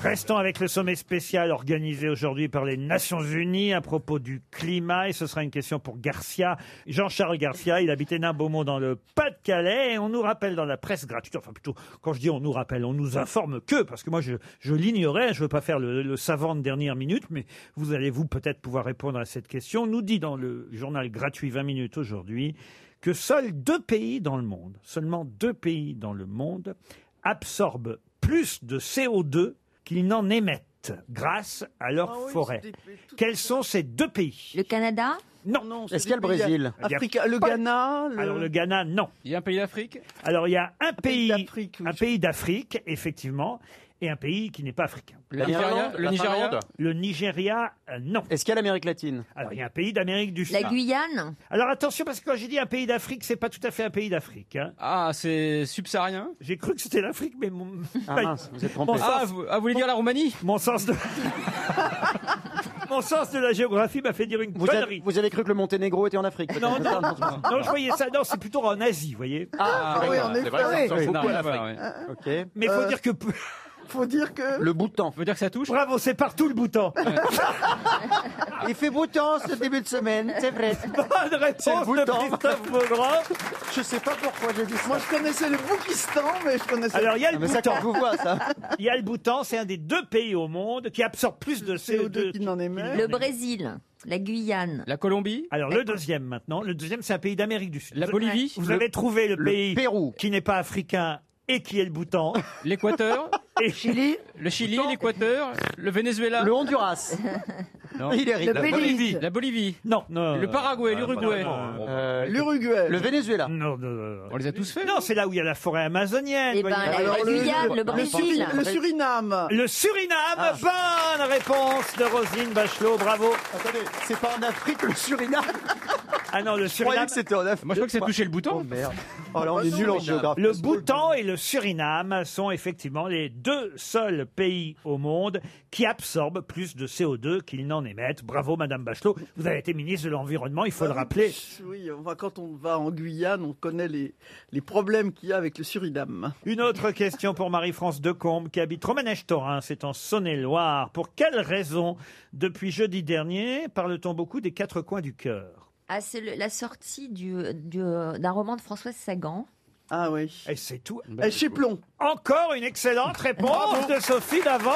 B: Restons avec le sommet spécial organisé aujourd'hui par les Nations Unies à propos du climat. Et ce sera une question pour Garcia. Jean-Charles Garcia, il habitait Nain-Beaumont dans le Pas-de-Calais. Et on nous rappelle dans la presse gratuite, enfin plutôt, quand je dis on nous rappelle, on nous informe que, parce que moi je, je l'ignorais, je veux pas faire le, le savant de dernière minute, mais vous allez vous peut-être pouvoir répondre à cette question. On nous dit dans le journal gratuit 20 minutes aujourd'hui que seuls deux pays dans le monde, seulement deux pays dans le monde, absorbent plus de CO2 qu'ils n'en émettent grâce à leur
I: Ah oui,
B: forêt.
I: c'est des- tout-
B: Quels sont ces deux pays
J: Le Canada
B: Non.
I: non, c'est
G: Est-ce
I: des
G: qu'il y a le
I: pays-
G: Brésil
B: Il y a
I: Africa, le
B: pas-
I: Ghana, le-
B: Alors le Ghana, non.
D: Il y a un pays d'Afrique
B: Alors il y a un pays,
I: d'Afrique, oui.
B: un pays d'Afrique, effectivement, et un pays qui n'est pas africain.
D: Le Nigeria Le Nigeria
B: Le Nigeria, euh, non.
G: Est-ce qu'il y a l'Amérique latine
B: Alors il y a un pays d'Amérique du Sud.
J: La Guyane
B: Alors attention parce que quand j'ai dit un pays d'Afrique, c'est pas tout à fait un pays d'Afrique. hein.
D: Ah, c'est subsaharien
B: J'ai cru que c'était l'Afrique, mais mon,
G: Ah mince, vous êtes trompé.
B: Bon,
D: ah vous, ah, vous voulez dire la Roumanie
B: mon sens de [laughs] mon sens de la géographie m'a fait dire une
G: Vous avez,
B: connerie.
G: vous avez cru que le Monténégro était en Afrique peut-être,
B: Non,
G: c'est
B: non,
G: ça
B: non, je voyais ça. Non, c'est plutôt en Asie, vous voyez.
D: Ah,
I: oui, en
H: C'est
I: effet.
H: vrai, ça ressemble
D: ça
H: beaucoup à
D: n'arrive
H: l'Afrique.
D: pas, ouais.
G: Ok.
B: Mais faut
I: Euh.
B: dire que
I: Faut dire que.
G: Le Bhoutan.
D: Faut dire que ça touche
B: bravo, c'est partout le bouton.
G: Il fait beau temps ce début de semaine, c'est vrai.
B: [laughs] Bonne réponse de
G: Bhoutan.
B: Christophe Beaugrand.
G: Je sais pas pourquoi j'ai dit ça.
I: Moi, je connaissais le Boukistan, mais je connaissais.
B: Alors il y a le
G: Ah, mais ça
B: Bhoutan.
G: quand je vous vois ça.
B: Il y a le Bhoutan, c'est un des deux pays au monde qui absorbe plus de CO2.
I: CO2 qui n'en émet.
J: Le Brésil La Guyane
D: La Colombie
B: Alors le deuxième maintenant, le deuxième c'est un pays d'Amérique du Sud.
D: La Bolivie
B: Vous avez trouvé le,
G: Le
B: pays
G: Pérou.
B: qui n'est pas africain et qui est le Bhoutan.
D: L'Équateur
B: Et
F: Chili,
D: Le Chili, l'Équateur Le Venezuela
G: Le Honduras.
D: Non.
G: Il
F: le
G: hérite.
F: Belize,
D: La Bolivie ah, bah,
B: non, non.
D: Le Paraguay, l'Uruguay
G: Euh, le-
I: L'Uruguay.
G: le Venezuela.
B: Non, non, non, non.
D: On les a tous faits
B: Non, c'est là où il y a la forêt amazonienne.
J: Eh
B: vous voyez.
J: ben,
F: Ah,
J: la-
I: Alors,
J: la
I: le-
J: Guyane, le
I: Le,
J: Brésil
I: Suri- le Suriname.
B: Le Suriname, bonne réponse de Roselyne Bachelot, bravo.
G: Attendez, c'est pas en Afrique le Suriname.
B: Ah non, le
G: Je croyais
B: Suriname,
G: que c'était en Afrique.
D: Moi, je crois que ça touchait le
G: Oh
D: bouton.
G: merde. Oh là, on est nul en géographie.
B: le Bhoutan et le Suriname sont effectivement les deux seuls pays au monde qui absorbent plus de CO2 qu'ils n'en émettent. Bravo, Madame Bachelot. Vous avez été ministre de l'Environnement, il faut le rappeler.
I: Ah Oui, on va- quand on va en Guyane, on connaît les, les problèmes qu'il y a avec le Suriname.
B: Une autre question pour Marie-France Decombe qui habite Romanèche-Torin, c'est en Saône-et-Loire. Pour quelle raison, depuis jeudi dernier, parle-t-on beaucoup des quatre coins du cœur
J: Ah, c'est le- la sortie du- du- d'un roman de Françoise Sagan.
I: Ah oui.
B: Et c'est tout.
H: Ben.
I: Eh, chez Plomb.
B: Encore une excellente réponse de Sophie d'avant.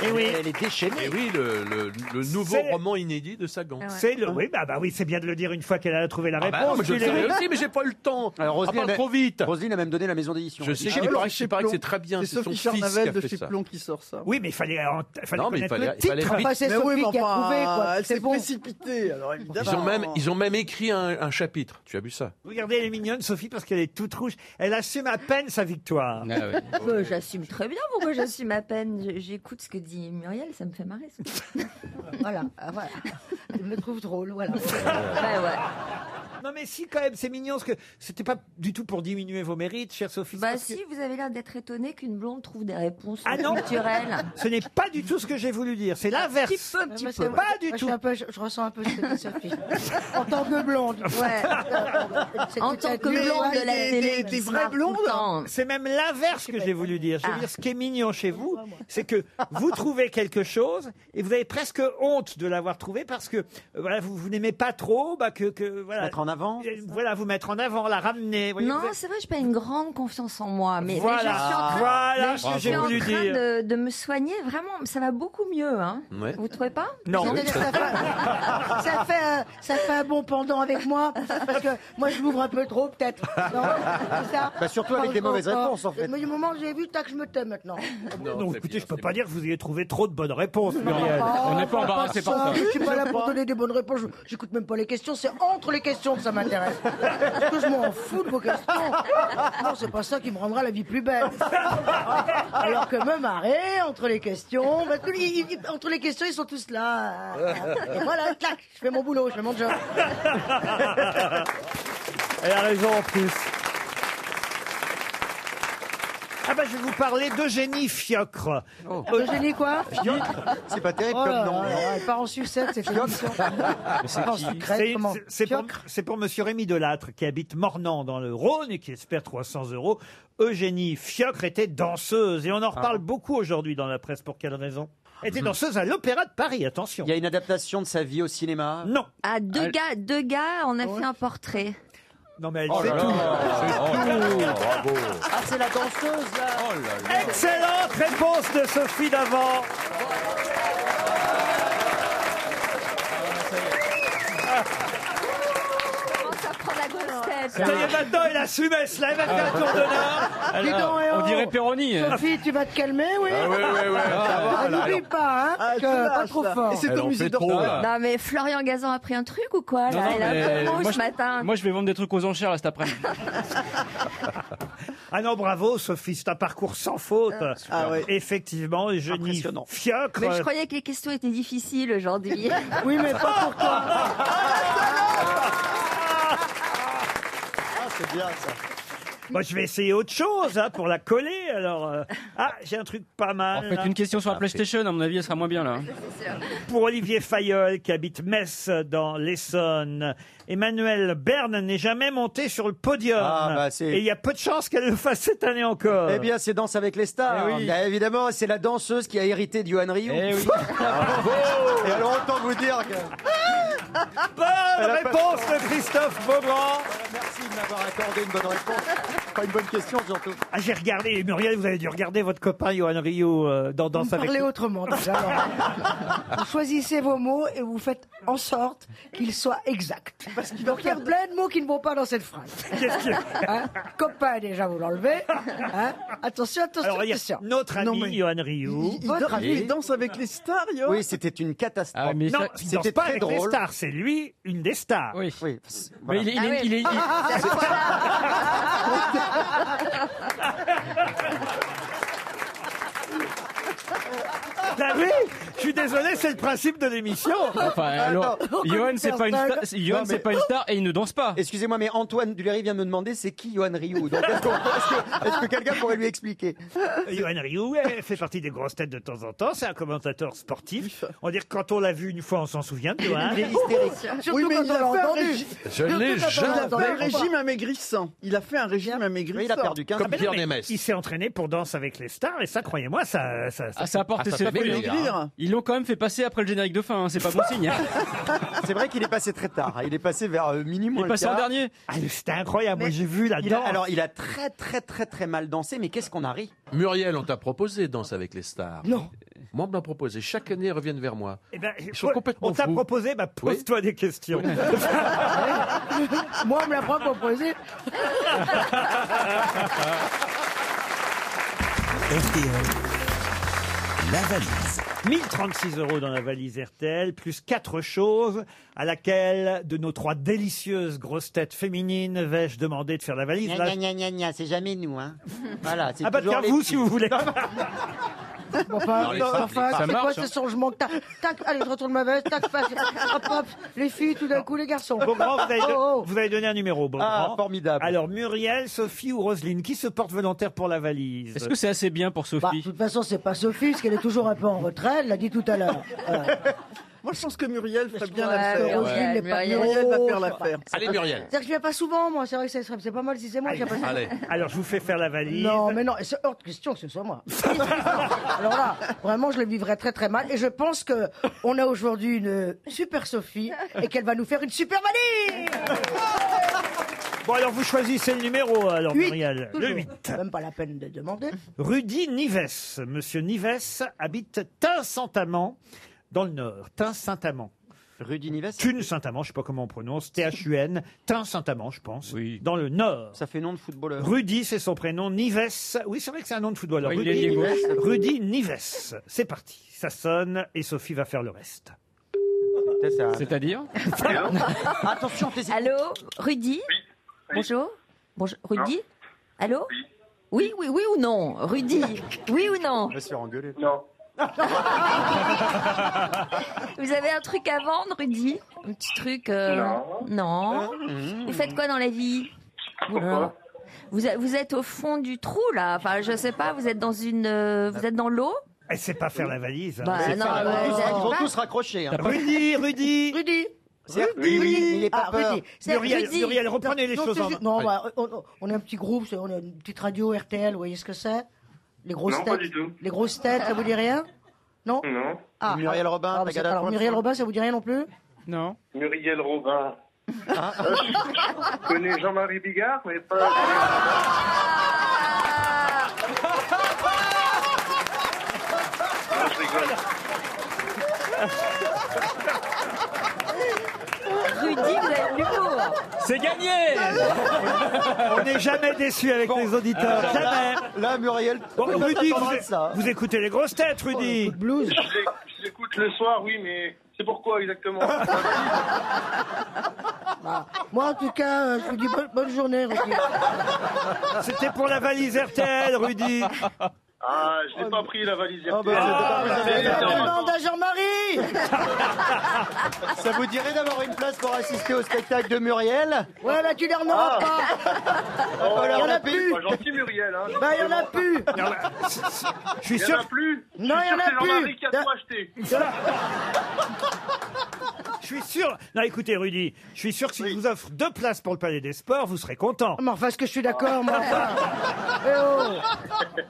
B: Et oui.
G: Elle est déchaînée.
H: Et oui, le, le- le nouveau
B: C'est-
H: roman inédit de Sagan.
J: Ah ouais.
B: C'est le oui bah, bah oui c'est bien de le dire une fois qu'elle a trouvé la
H: Ah bah non,
B: réponse.
H: mais je le
B: Julie.
H: savais aussi, mais j'ai pas eu le temps.
G: Alors,
H: On
G: Roselyne,
H: parle
G: elle-
H: trop vite.
G: Roselyne a même donné la maison d'édition.
H: Je sais
I: Ah,
H: qu'il
I: oui,
H: paraît,
I: chez
H: il paraît que
I: Plon.
H: c'est très bien.
I: C'est
H: C'est son
I: Sophie
H: fils qui
I: Charnavel
H: a
I: de
H: fait
I: chez
H: ça.
I: Plon qui sort ça.
B: oui mais il fallait en- fallait
H: Non, mais il
B: connaître
H: fallait-
B: le
H: il fallait
B: titre.
H: vite.
F: Enfin, c'est
I: Mais oui,
F: Sophie
I: mais
F: qui a
I: enfin,
F: trouvé, quoi.
I: elle
F: C'est
I: s'est
F: bon.
I: précipitée, alors évidemment.
H: Ils ont même, ils ont même écrit un, un chapitre. Tu as vu ça
B: Regardez elle est mignonne Sophie parce qu'elle est toute rouge. Elle assume à peine sa victoire.
D: Ah ouais.
B: Oh,
J: Bah, j'assume très bien pourquoi j'assume à peine. Je- J'écoute ce que dit Muriel, ça me fait marrer.
B: [laughs]
J: ça.
F: voilà, ah, voilà. Je me trouve drôle, voilà.
J: Bah ouais.
B: Non mais si quand même c'est mignon parce que c'était pas du tout pour diminuer vos mérites, chère Sophie.
J: Bah
B: parce que-
J: si, vous avez l'air d'être étonné qu'une blonde trouve des réponses
B: Ah non,
J: culturelles.
B: ce n'est pas du tout ce que j'ai voulu dire, c'est l'inverse.
J: Petit peu, petit
F: Ah, Moi,
J: peu.
F: c'est-
B: Pas du
F: moi,
B: tout.
F: Je, suis un peu- je- je ressens un peu cette philosophie. en tant que blonde. Ouais. C'est
J: En
B: [laughs]
F: tout
J: tant
F: à
J: que
F: fait-
J: blonde de la
F: Des-
J: télé,
F: des-
J: qui
F: Des
J: se
F: vraies
J: marre tout
B: hein.
F: blondes.
J: le temps.
B: C'est même l'inverse que j'ai voulu dire. Je veux
J: Ah.
B: dire, ce qui est mignon chez vous, c'est que vous trouvez quelque chose et vous avez presque honte de l'avoir trouvé parce que euh, voilà, vous, vous n'aimez pas trop, bah, que, que voilà.
G: Mettre en avant.
B: Euh, Voilà, vous mettre en avant, la ramener. voyez,
J: non,
B: vous êtes-
J: c'est vrai, j'ai pas une grande confiance en moi, mais, mais
B: Voilà.
J: je suis en train,
B: Voilà
J: mais
B: ce que
J: je
B: j'ai
J: suis en
B: voulu
J: train
B: dire.
J: de, de me soigner. Vraiment, ça va beaucoup mieux. Hein.
B: Ouais.
J: Vous trouvez pas
B: Non.
J: Vous
B: Oui.
J: donnez-
F: Ça fait, un, ça fait un bon pendant avec moi, parce que moi je m'ouvre un peu trop peut-être. Non, c'est ça
M: Bah, surtout avec
F: Quand
M: des
F: je
M: mauvaises
F: m'ouvre,
M: réponses, en fait.
F: Mais du moment que j'ai vu, tac, je me tais maintenant.
B: bah Non, écoutez, je peux pas dire que vous ayez trouvé trop de bonnes réponses,
F: Oh,
B: Muriel.
F: pas ça. Je suis pas là pour donner des bonnes réponses. Je- J'écoute même pas les questions. C'est entre les questions que ça m'intéresse. Parce que je m'en fous de vos questions. Non, c'est pas ça qui me rendra la vie plus belle. Alors que me marrer entre les questions, parce que ils- ils- entre les questions ils sont tous là. Et voilà, clac, je fais mon boulot, je fais mon job.
B: Elle a raison en plus. Ah bah je vais vous parler d'Eugénie Fiocre.
G: Oh.
B: Euh,
F: Eugénie quoi
M: C'est pas terrible
F: Oh
M: comme
F: là
M: nom.
F: là là, Elle part en sucette cette émission. Part en sucrète,
B: C'est-
F: comment
B: c'est- C'est pour, c'est pour Monsieur Rémi Delattre qui habite Mornan dans le Rhône et qui espère 300 euros. Eugénie Fiocre était danseuse et on en
G: Ah.
B: reparle beaucoup aujourd'hui dans la presse. Pour quelle raison Elle était danseuse à l'Opéra de Paris, attention.
G: Mhm. Il y a une adaptation de sa vie au cinéma
B: Non.
J: Ah, deux
G: Allez.
J: gars, deux gars, on a fait un portrait.
B: Non mais elle
G: Oh
B: sait
G: là là,
B: tout.
G: c'est tout. Oh,
M: Ah, c'est la danseuse, là.
B: Excellente réponse de Sophie Davant.
J: Ça prend la grosse tête.
B: Ça y est, maintenant, elle assume, elle se lève, elle fait un tour
G: Ah.
D: Alors,
B: de
F: donc, eh
D: Ah, on
F: oh.
D: dirait Péroni.
F: Sophie, tu vas te calmer, oui
D: Ah, ouais, ouais, ouais, ça va,
F: Ah,
D: là,
F: N'oublie
D: alors.
F: pas, hein,
I: Ah,
F: que
I: tu lâches,
F: pas trop
I: là.
F: fort.
I: Et c'est
D: Elle
I: au
D: en
I: musée
D: fait trop,
I: d'Orsay.
D: là.
J: Non mais Florian Gazan a pris un truc ou quoi
D: Non,
J: là
D: non,
J: Elle a
D: mais
J: un peu rouge
D: moi,
J: ce
D: je-
J: matin.
D: Moi, je vais vendre des trucs aux enchères là, cet après-midi.
B: Ah non, bravo Sophie, c'est un parcours sans faute.
I: Ah ouais.
B: Effectivement, je n'y fiocre.
J: Mais je croyais que les questions étaient difficiles aujourd'hui.
F: Oui, mais pas pour toi.
M: Ah, c'est bien, ça.
B: Moi, je vais essayer autre chose hein, pour la coller. Alors, euh, ah, j'ai un truc pas mal.
D: En fait,
B: là.
D: une question sur la PlayStation, à mon avis, elle sera moins bien là. hein.
B: Pour Olivier Fayol, qui habite Metz, dans l'Essonne, Emmanuel Berne n'est jamais monté sur le podium.
G: Ah, bah, c'est-
B: Et il y a peu de chances qu'elle le fasse cette année encore.
G: Eh bien, c'est Danse avec les stars.
B: Eh oui.
G: Bah, évidemment, c'est la danseuse qui a hérité de Johan Rioux. [laughs]
M: Et alors, autant vous dire que.
B: Bonne réponse de Christophe Beaugrand.
M: Merci de m'avoir accordé une bonne réponse. Pas une bonne question, surtout.
B: Ah, j'ai regardé, Muriel, vous avez dû regarder votre copain Johan Rio euh, dans Danse
F: Vous
B: avec
F: parlez autrement déjà. alors. vous choisissez vos mots et vous faites en sorte qu'ils soient exacts. Parce qu'il y a plein de mots qui ne vont pas dans cette phrase.
B: Qu'est-ce que-
F: Hein Copain déjà, vous l'enlevez. Hein attention, attention,
B: Alors, il y a
F: attention.
B: notre ami
I: Non, mais-
B: Johan Rioux.
I: Il, danse,
G: Oui.
I: il danse avec les stars, yo.
G: Oui, c'était une catastrophe.
D: Ah, mais
B: Non,
D: ça-
B: il danse
G: c'était
B: pas
G: très
B: avec les
G: drôle.
B: stars, c'est lui une des stars.
D: Oui.
G: Oui, voilà.
D: Mais il est, il
J: Ah
D: est-
J: oui.
D: il est- il-
B: T'as vu Je suis désolé, c'est le principe de l'émission.
D: Enfin, alors, Johan, c'est pas une star. Johan,
G: Non,
D: c'est
G: mais-
D: pas une star et il ne danse pas.
G: Excusez-moi, mais Antoine Duléry vient de me demander c'est qui Johan Rioux. Donc, est-ce qu'on- est-ce que, est-ce que quelqu'un pourrait lui expliquer
B: Johan Rioux elle fait partie des grosses têtes de temps en temps. C'est un commentateur sportif. On dirait que quand on l'a vu une fois, on s'en souvient de Johan.
G: Il est hystérique.
F: Surtout
I: Oui, mais
F: quand
I: il
F: on
I: a
F: l'a
I: fait un
F: entendu.
I: régi-
H: Je
F: Surtout
H: l'ai
F: quand on l'a
I: Il a
H: jamais.
I: fait un
F: entendu.
I: régime amaigrissant. Il a fait un régime amaigrissant.
G: Oui, il a perdu 15
H: Comme Pierre
B: Mais
H: Némès.
B: Il s'est entraîné pour Danse avec les stars et ça, croyez-moi, ça. ça, ça-
D: Ah, ça apporte
H: Ah, ça
D: ses
H: fait
D: fruits,
H: plaisir,
D: hein.
I: hein.
D: Ils l'ont quand même fait passer après le générique de fin, hein, c'est pas bon signe. hein.
G: C'est vrai qu'il est passé très tard. Il est passé vers euh, minuit
D: Il
G: moins
D: est
G: le
D: passé en
G: quart.
D: dernier.
B: Ah, C'était incroyable. Moi, j'ai vu la
G: Il a-
B: danse.
G: alors, il a très, très, très, très mal dansé, mais qu'est-ce qu'on a ri
H: Muriel, on t'a proposé Danse avec les stars.
F: Non.
H: Moi, on me l'a proposé. Chaque année, ils reviennent vers moi.
B: Eh ben,
H: sont complètement
B: on t'a
H: fous.
B: proposé, bah, pose-toi des questions.
F: [laughs]
B: [laughs]
F: Moi, on me l'a pas proposé.
N: [laughs] La valise.
B: 1036 euros dans la valise RTL, plus quatre choses à laquelle de nos trois délicieuses grosses têtes féminines vais-je demander de faire la valise. Là,
G: Gna, gna, gna, gna, gna, c'est jamais nous, hein. Voilà, c'est
B: Ah bah
G: toujours
B: tiens,
G: les
B: vous
G: petits.
B: si vous voulez.
F: Bon, Enfin,
C: Non, les
F: non,
C: femmes,
F: enfin,
C: les femmes.
F: c'est
C: Ça
F: quoi
C: marche,
F: ce
C: hein.
F: changement tac, tac, allez, je retourne ma veste, tac, passe, hop, hop, les filles, tout d'un coup, les garçons.
B: Beaugrand, vous avez, don-
F: Oh, oh.
B: vous avez donné un numéro, Beaugrand.
D: Ah,
B: formidable. Alors, Muriel, Sophie ou Roselyne, qui se porte volontaire pour la valise
D: Est-ce que c'est assez bien pour Sophie
F: Bah, de toute façon, c'est pas Sophie, parce qu'elle est toujours un peu en retrait, elle l'a dit tout à l'heure.
I: Moi, je pense que Muriel ferait bien
F: Ouais,
I: l'affaire. hein.
F: Roselyne n'est pas-
I: Muriel va
F: Oh,
I: faire
F: je sais
I: l'affaire.
F: pas. C'est-à-dire que je viens pas souvent, moi, c'est vrai que ça serait- c'est pas mal si c'est moi qui viens pas souvent.
B: Alors, je vous fais faire la valise.
F: Non, mais non, et c'est hors de question que ce soit moi. Alors là, vraiment, je le vivrais très très mal. Et je pense que on a aujourd'hui une super Sophie et qu'elle va nous faire une super valise.
B: Bon, alors, vous choisissez le numéro, alors,
F: Huit,
B: Muriel. Oh, Le
F: toujours.
B: 8.
F: Même pas la peine de demander.
B: Rudy Nives. Monsieur Nives habite Tain-Saint-Amand, dans le Nord. Tain-Saint-Amand.
G: Rudy Nives
B: Thune-Saint-Amand, je sais pas comment on prononce. T-H-U-N. Tain-Saint-Amand, je pense. Dans le Nord.
G: Ça fait nom de footballeur.
B: Rudy, c'est son prénom. Nives. Oui, c'est vrai que c'est un nom de footballeur.
G: Oui, il
B: Rudy,
G: est
B: Nives.
G: Nives.
B: Rudy Nives. C'est parti. Ça sonne et Sophie va faire le reste.
D: C'est-à-dire
J: Attention, Allô, Rudy Bonjour. Bonjour, Rudy Allô oui, oui, oui ou non [laughs] Rudy, oui ou non
M: On va se faire engueuler. Non.
J: Vous avez un truc à vendre, Rudy Un petit truc euh,
G: Euh,
J: Non. Vous faites quoi dans la vie Oula. vous, êtes- vous êtes au fond du trou là. Enfin, je sais pas. Vous êtes dans une. euh, vous êtes dans l'eau
B: Elle sait pas faire la valise. hein.
J: Bah,
G: C'est
J: non,
G: ça,
J: bah,
G: ils
J: vous
G: vont
J: arrivez pas.
G: tous raccrocher. hein.
B: Rudy, Rudy.
F: Rudy.
G: C'est Hein Rudy, il est pas
F: Ah,
G: peur.
F: Rudy. C'est
G: Muriel,
F: Rudy.
G: Muriel, reprenez
F: Non,
G: les
F: non,
G: choses
F: c'est
G: en
F: juste-
G: main.
F: Non,
G: Oui.
F: bah, on, on- on est un petit groupe, c'est- on est une petite radio RTL, vous voyez ce que c'est Les grosses
M: Non,
F: têtes.
M: pas du tout.
F: Les grosses têtes, ça vous dit rien Non
M: Non.
F: Ah,
M: Muriel
F: ah,
M: Robin,
F: ah, bah, c'est-
M: Tagada,
F: alors,
M: Fromagerie.
F: Muriel Robin, ça vous dit rien non plus
D: Non.
M: Muriel Robin. Euh, je connais Jean-Marie Bigard, mais pas. Non, je rigole.
J: Rudy, vous avez de l'humour.
B: C'est gagné On n'est jamais déçu avec les auditeurs,
M: Ah,
G: alors
B: jamais.
G: là- là, Muriel,
B: Bon,
G: on
B: Rudy,
G: attendra
B: vous,
G: ça.
B: vous écoutez les grosses têtes, Rudy.
M: Je l'éc- je l'écoute le soir, oui, mais c'est pourquoi exactement
F: Moi, en tout cas, euh, je vous dis bonne, bonne journée, Rudy.
G: Ah, bah,
B: C'était pour la valise RTL, Rudy.
M: Ah, je l'ai pas pris la valise.
I: Ah,
M: RTL.
B: bah, c'est pas
M: bah,
B: grave.
M: c'est-
F: Demande à Jean-Marie
G: Ça vous dirait d'avoir une place pour assister au spectacle de Muriel
F: Ouais, bah, tu les remarques
G: Ah.
M: Oh,
F: pas Il y en a
M: gentil,
F: plus
M: pas Gentil Muriel, hein.
F: Bah, il y en a plus
B: Je suis
M: Il y en a
B: sûr.
M: plus
F: Non, il y en a plus.
M: Jean-Marie qui a tout acheté.
B: Je suis sûr. Non, écoutez, Rudy, je suis sûr que si je vous offre deux places pour le Palais des Sports, vous serez content.
F: Mais enfin, est-ce que je suis d'accord, moi
M: [laughs]
F: enfin. Eh oh.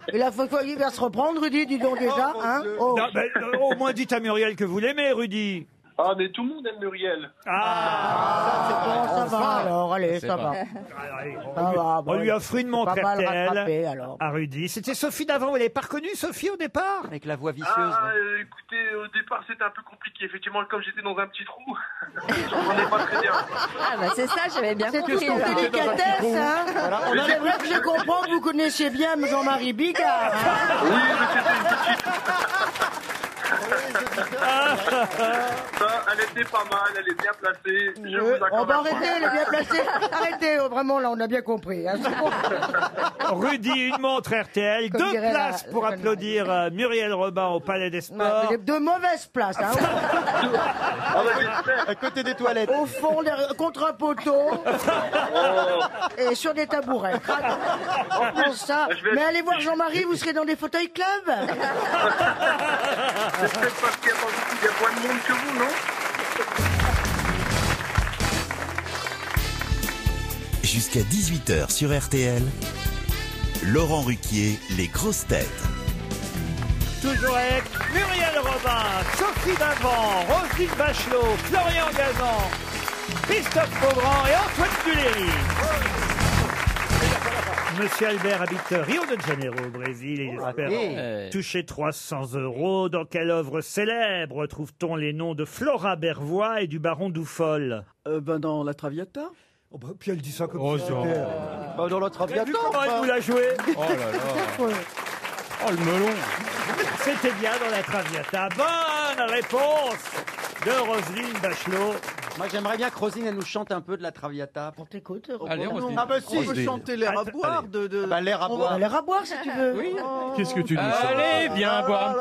F: Et là, faut faut- il va se reprendre, Rudy, dis donc déjà, hein Oh.
B: Non,
M: [laughs]
B: ben, euh, au moins dites à Muriel que vous l'aimez, Rudy.
M: Ah, mais tout le monde aime Muriel.
F: Bon, ça va, alors, allez, ça va. Ça va,
B: On
F: bon,
B: lui offre une
F: c'est
B: montre
F: pas mal rattrapé,
B: RTL
F: alors.
B: à Rudy. C'était Sophie d'avant, vous l'avez pas reconnue, Sophie, au départ
G: Avec la voix vicieuse.
M: Ah, euh, écoutez, au départ c'était un peu compliqué. Effectivement, comme j'étais dans un petit trou, j'en prenais pas très bien.
J: Ah bah c'est ça, j'avais bien
F: C'est
J: compris.
F: toute une
J: là.
F: délicatesse, hein
M: on a
F: C'est vrai que je comprends que vous connaissiez bien Jean-Marie Bigard, hein
M: Ça, elle était pas mal, elle est bien placée. Je vous
F: hein. On
M: accorde
F: va
M: un point.
F: arrêter, elle est bien placée. Arrêtez, oh, vraiment, là, on a bien
M: [laughs]
F: compris. hein, c'est bon.
B: Rudy, une montre RTL,
F: Ah, Comme
B: deux
F: dirait la-
B: places
F: la
B: pour
F: jeune
B: applaudir euh, Muriel Robin au Palais des
F: Ah,
B: Sports.
F: vous êtes de mauvaise place, hein
G: À côté des toilettes.
F: Au fond, derrière- contre un poteau
M: Oh.
F: et sur des
M: [laughs]
F: tabourets. On pense ça.
M: je vais-
F: Mais allez voir Jean-Marie, vous serez dans des fauteuils club.
M: C'est peut-être parce qu'il y a pas beaucoup- il y a moins de monde que vous, non
N: Jusqu'à 18h sur RTL, Laurent Ruquier, les grosses têtes.
B: Toujours avec Muriel Robin, Sophie Davant, Roselyne Bachelot, Florian Gazan, Christophe Beaugrand et Antoine Duléry. Monsieur Albert habite Rio de Janeiro au Brésil et il espère
D: Ah,
G: raté.
B: toucher 300 euros. Dans quelle œuvre célèbre trouve-t-on les noms de Flora Bervois et du baron Dufol
I: Euh, ben, dans la Traviata.
B: Oh, bah, Puis elle dit ça
I: ça.
B: comme
I: dans la
B: Vous avez vu comment elle vous l'a joué
D: Oh le melon
B: C'était bien dans la Traviata. Bonne réponse de Roselyne Bachelot.
G: Moi, j'aimerais bien que Rosine, elle nous chante un peu de la Traviata.
F: On t'écoute.
I: Allez, Roselyne. Ah bah si, on peut
G: Roselyne.
I: chanter l'air à
G: Attends,
I: boire de- de-
G: Ah bah, l'air à
I: on va-
G: boire.
I: l'air
F: à boire, si tu veux.
G: Oui.
O: Qu'est-ce que tu nous sors
D: Allez,
I: Ah,
D: viens boire.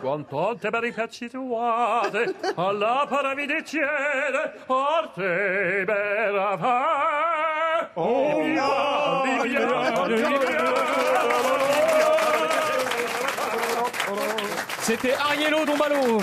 O: Quanto te per i piacci tuate, alla paravidiciere, orte per avare. Oh,
D: C'était Ariello Dombalo.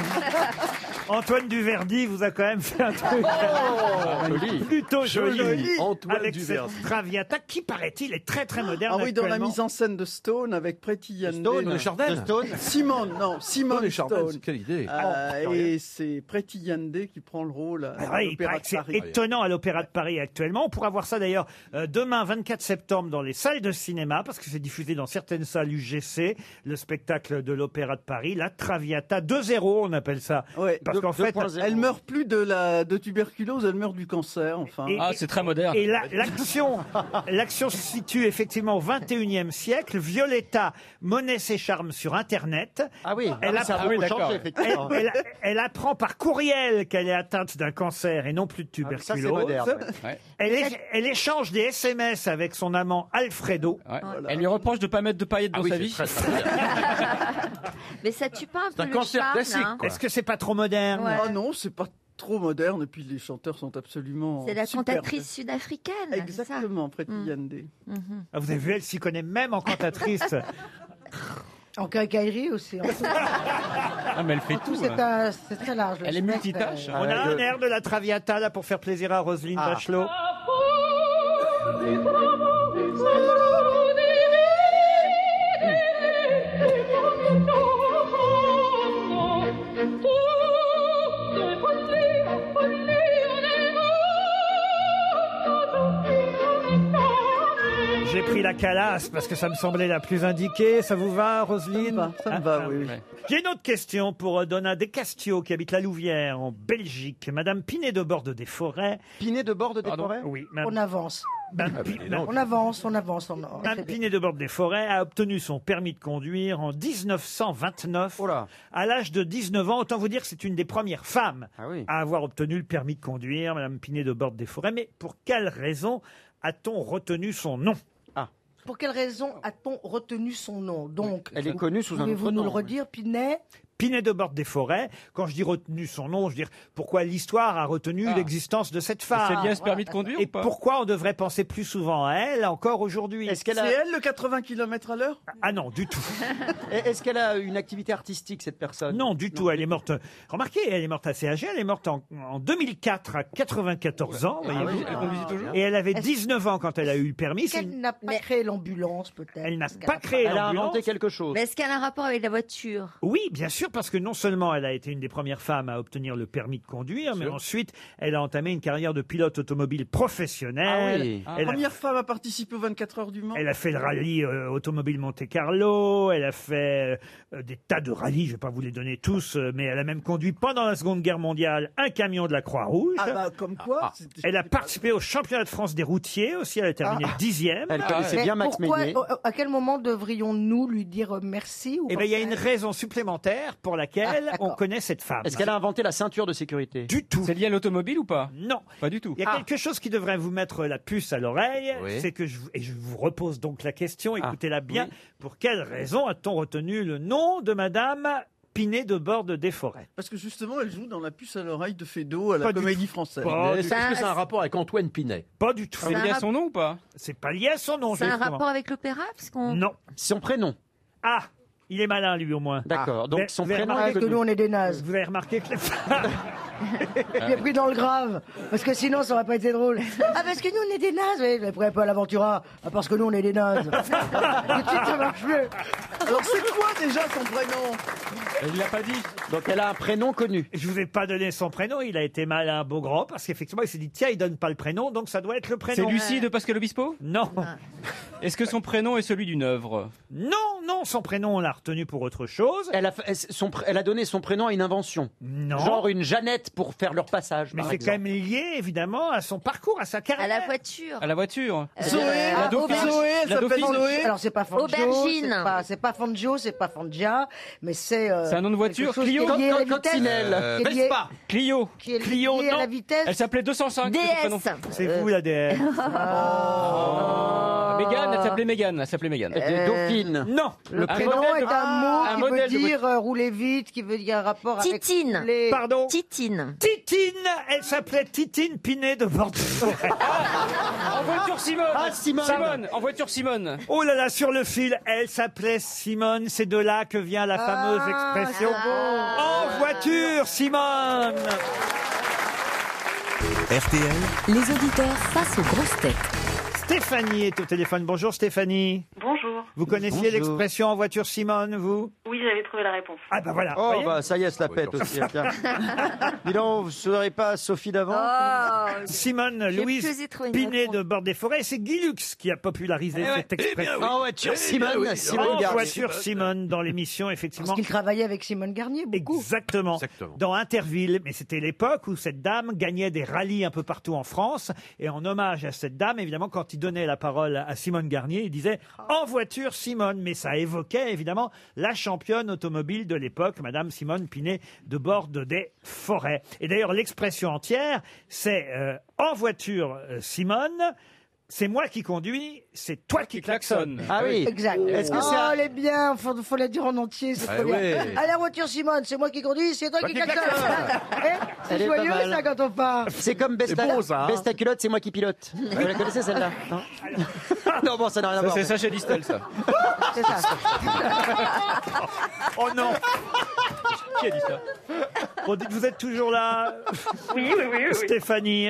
B: Antoine Duverdi vous a quand même fait un truc
H: Oh, joli.
B: plutôt joli.
H: Joli. Antoine
B: avec
H: Duverdi.
B: cette Traviata qui, paraît-il, est très très moderne.
I: Ah oui, dans la
B: actuellement.
I: mise en scène de Stone avec Pretty Yann
B: Stone,
I: Dane.
B: de Chardin. De Stone.
I: [laughs] Simone, non, Simone
B: Stone et Chardin,
I: Stone.
H: quelle idée.
I: Euh,
B: Oh,
I: et c'est Pretty Yandé qui prend le rôle à
B: Ah ouais, il
I: l'Opéra
B: paraît
I: de
B: que c'est
I: Paris.
B: étonnant à l'Opéra de Paris actuellement. On pourra voir ça d'ailleurs euh, demain 24 septembre dans les salles de cinéma parce que c'est diffusé dans certaines salles UGC, le spectacle de l'Opéra de Paris, la Traviata 2-0 on appelle ça. parce
I: De-
B: qu'en fait,
I: 2.0. elle meurt plus de la de tuberculose, elle meurt du cancer, enfin.
D: Ah,
B: Et- Et la- l'action, l'action se situe effectivement au 21e siècle. Violetta monnaie ses charmes sur Internet.
G: Ah oui,
B: elle,
G: ah, ça a
B: apprend-
G: beaucoup changé,
B: elle-
G: effectivement.
B: elle- elle apprend par courriel qu'elle est atteinte d'un cancer et non plus de
G: Ah, mais ça, c'est
B: tuberculose.
G: moderne, ouais. Ouais.
B: elle, é- elle échange des SMS avec son amant Alfredo.
D: Elle lui reproche de pas mettre de paillettes
H: Ah
D: dans sa vie.
J: Mais ça tue pas un peu le charme, hein
B: Est-ce que c'est pas trop moderne
J: Ouais.
I: Ah non, c'est pas trop moderne. Et puis les chanteurs sont absolument.
J: C'est la
I: superbes.
J: cantatrice Mm. sud-africaine.
I: Exactement, Pretty Yandé.
B: Ah, Vous avez vu, elle s'y connaît même en cantatrice.
F: En quincaillerie aussi. en tout.
D: Ah, mais elle fait tout.
F: C'est un- c'est très large. le
B: Elle est
F: spectre.
B: multitâche. On a un air de la Traviata là pour faire plaisir à Roselyne
F: Ah.
B: Bachelot. J'ai pris la calasse parce que ça me semblait la plus indiquée. Ça vous va, Roselyne Ça me
I: Ah,
B: va, oui. J'ai une autre question pour euh, Donna De Castio qui habite la Louvière en Belgique. Madame Pinet de Borde des Forêts.
G: Pinet de Borde des Forêts
B: Oui.
F: On avance.
B: donc.
F: On avance, on avance. On... on fait
B: Madame
F: des-
B: Pinet de Borde des Forêts a obtenu son permis de conduire en
G: Oh
B: 1929, à l'âge de 19 ans. Autant vous dire que c'est une des premières femmes
G: Ah
B: à avoir obtenu le permis de conduire, Madame Pinet de Borde des Forêts. Mais pour quelle raison a-t-on retenu son nom
F: Pour quelle raison a-t-on retenu son nom Donc,
B: Elle est connue sous un
F: Pouvez-vous
B: autre
F: nous le
B: nom, oui.
F: redire, Pinet
B: Pinet de Borde des Forêts. Quand je dis retenu son nom, je veux dire pourquoi l'histoire a retenu
D: Ah.
B: l'existence de cette femme.
D: C'est lié à ce permis de conduire
B: Et
D: ou pas
B: pourquoi on devrait penser plus souvent à elle encore aujourd'hui
G: Est-ce qu'elle a-
I: C'est elle le 80 km à l'heure
B: Ah non, du tout.
G: Et Est-ce qu'elle a une activité artistique, cette personne
B: Non, du tout. Elle est morte. euh, Remarquez, elle est morte assez âgée. Elle est morte en, en 2004 à 94 ans.
D: Ah
B: voyez-vous.
D: oui, elle conduisait toujours
B: Et elle avait
F: Est-ce-
B: 19 ans quand elle a eu le permis. C'est une-
F: Qu'elle n'a pas créé l'ambulance, peut-être
B: Elle n'a
F: parce qu'elle
B: pas créé
F: Elle a
B: l'ambulance.
F: inventé
G: quelque chose.
J: Mais est-ce qu'elle a un rapport avec la voiture
B: Oui, bien sûr, parce que non seulement elle a été une des premières femmes à obtenir le permis de conduire, mais ensuite elle a entamé une carrière de pilote automobile
D: Ah
B: professionnel. Elle, a,
I: Première femme à participer aux 24 heures du Mans.
B: elle a fait le rallye euh, automobile Monte Carlo, elle a fait euh, des tas de rallyes, je ne vais pas vous les donner tous, euh, mais elle a même conduit pendant la Seconde Guerre mondiale un camion de la Croix-Rouge.
I: Ah bah comme quoi c'est-
B: Elle a participé au championnat de France des routiers aussi, elle a terminé dixième.
F: Mais Ah, pourquoi- au- À quel moment devrions-nous lui dire euh, merci ou
D: ben,
B: Eh bien, il y a une raison supplémentaire pour laquelle on connaît cette femme.
G: Est-ce qu'elle a inventé la ceinture de sécurité
B: Du tout.
D: C'est lié à l'automobile ou pas
B: Non.
D: Pas du tout.
B: Il y a quelque chose qui devrait vous mettre la puce à l'oreille,
D: Oui.
B: c'est que je, vous- et je vous repose donc la question, écoutez-la bien. Pour quelle raison a-t-on retenu le nom de Madame Pinet de Borde des Forêts
I: Parce que justement, elle joue dans la puce à l'oreille de Fédo à la
B: Pas du
I: comédie
B: tout.
I: française.
G: Euh,
B: Pas du
H: Est-ce que c'est un rapport avec Antoine Pinet
B: Pas du tout.
J: C'est lié à son
D: nom ou pas
B: C'est pas lié à son nom.
J: C'est un
B: justement.
J: rapport avec l'opéra parce qu'on.
B: Non.
G: Son prénom.
B: Ah, il est malin lui au moins.
G: D'accord, donc
B: Vous avez-
G: son
B: vous avez
G: prénom
B: remarqué
G: est connu.
F: on est des nazes.
B: Vous avez remarqué que
F: Il est pris dans le grave, parce que sinon ça aurait pas été
J: [laughs]
F: drôle. Ah, parce que nous on est des nazes, oui, mais pourquoi pas l'Aventura Ah, parce que nous on est
D: [laughs]
F: des nazes. Tout de suite, ça marche mieux.
I: Alors c'est quoi déjà son prénom
D: Euh, Il l'a pas dit.
G: Donc elle a un prénom connu.
B: Je vous ai pas donné son prénom, il a été malin, beau grand, parce qu'effectivement il s'est dit tiens il donne pas le prénom, donc ça doit être le prénom.
J: Ah.
D: C'est Lucie de Pascal Obispo
B: Non.
D: Est-ce que son prénom est celui d'une œuvre
B: Non, non, son prénom, on l'a retenu pour autre chose.
G: Elle a, fait- elle- son pr- elle a donné son prénom à une invention.
B: Non.
G: Genre une Jeannette pour faire leur passage.
B: Mais c'est quand même lié, évidemment, à son parcours, à sa carrière.
J: À la voiture.
D: À la voiture.
F: Euh,
B: Zoé,
D: la dauphine. La dauphine.
F: Alors c'est pas Fangio,
J: Aubergine.
F: c'est pas- c'est pas Fangio, c'est pas Fangia, mais c'est. euh,
D: C'est un nom de voiture.
F: quelque chose qui est
D: Clio.
F: lié à la vitesse,
D: Euh,
F: qui est lié-
D: Vespa. Clio.
F: qui est lié
D: Clio.
F: à
D: non.
F: la vitesse.
D: Elle s'appelait 205.
F: DS.
B: C'est
E: Euh.
B: vous la DS.
D: Mégane, Euh, elle s'appelait Mégane. Elle s'appelait Mégane.
F: Euh, Dauphine.
B: Non.
F: Le prénom
D: modèle
F: est
D: de- Ah,
F: un mot
D: un
F: qui
D: modèle de
F: veut dire
D: voiture.
F: euh, rouler vite, qui veut dire un rapport
J: Titine.
F: avec les...
B: Pardon
J: Titine.
B: Titine, elle s'appelait Titine Pinet
E: [laughs]
B: de Porte-Forêt.
D: En voiture Simone.
B: Ah, Simone.
D: Simone. En voiture Simone.
B: Oh là là, sur le fil, elle s'appelait Simone. C'est de là que vient la fameuse expression En voiture, Simone
N: RTL,
A: Les auditeurs face aux grosses têtes.
B: Stéphanie est au téléphone. Bonjour Stéphanie.
P: Bonjour.
B: Vous connaissiez l'expression En voiture, Simone, vous
P: Oui, j'avais trouvé la réponse.
B: Ah bah voilà.
E: Oh,
B: voyez
E: bah ça y est, elle se la pète aussi. hein, tiens. [laughs] Dis donc, vous ne serez pas Sophie d'avant
J: Oh.
B: Simone
E: J'ai
B: [laughs] Louise
E: pesé trop une
B: Pinet de Bord des Forêts, c'est Guy Lux qui a popularisé
E: Eh ouais.
B: cette
E: Eh bien
B: expression.
E: oui. En voiture, Eh bien Simone, oui. Simone
B: En
E: Garnier.
B: Oh, voiture Simone dans l'émission, effectivement.
F: Parce qu'il travaillait avec Simone Garnier beaucoup.
B: Exactement. Dans Interville, mais c'était l'époque où cette dame gagnait des rallyes un peu partout en France. Et en hommage à cette dame, évidemment, quand il donnait la parole à Simone Garnier, il disait En voiture, Simone. Mais ça évoquait évidemment la championne automobile de l'époque, Madame Simone Pinet de Borde des Forêts. Et d'ailleurs, l'expression entière, c'est euh, En voiture, euh, Simone. C'est moi qui conduis, c'est toi qui klaxonne.
G: Ah oui.
F: Exact.
G: Est-ce que
F: oh,
G: c'est un-
F: elle est bien, faut, faut la dire en entier, c'est
G: Ah
F: trop bien.
G: ouais.
F: À la voiture, Simone, c'est moi qui conduis, c'est toi qui klaxonne. [laughs] Eh,
G: Elle
F: c'est
G: est pas
F: joyeux,
G: mal.
F: ça, quand on part.
G: C'est comme Besta,
F: C'est bon, ça, hein.
G: Besta culotte, c'est moi qui pilote. Vous la connaissez celle-là Non Non, bon, ça n'a rien à voir.
D: C'est Sacha Distel, ça.
F: C'est ça.
B: oh non
D: Qui a dit ça
B: Bon, dites, vous êtes toujours là
P: Oui, oui, oui, oui.
B: Stéphanie,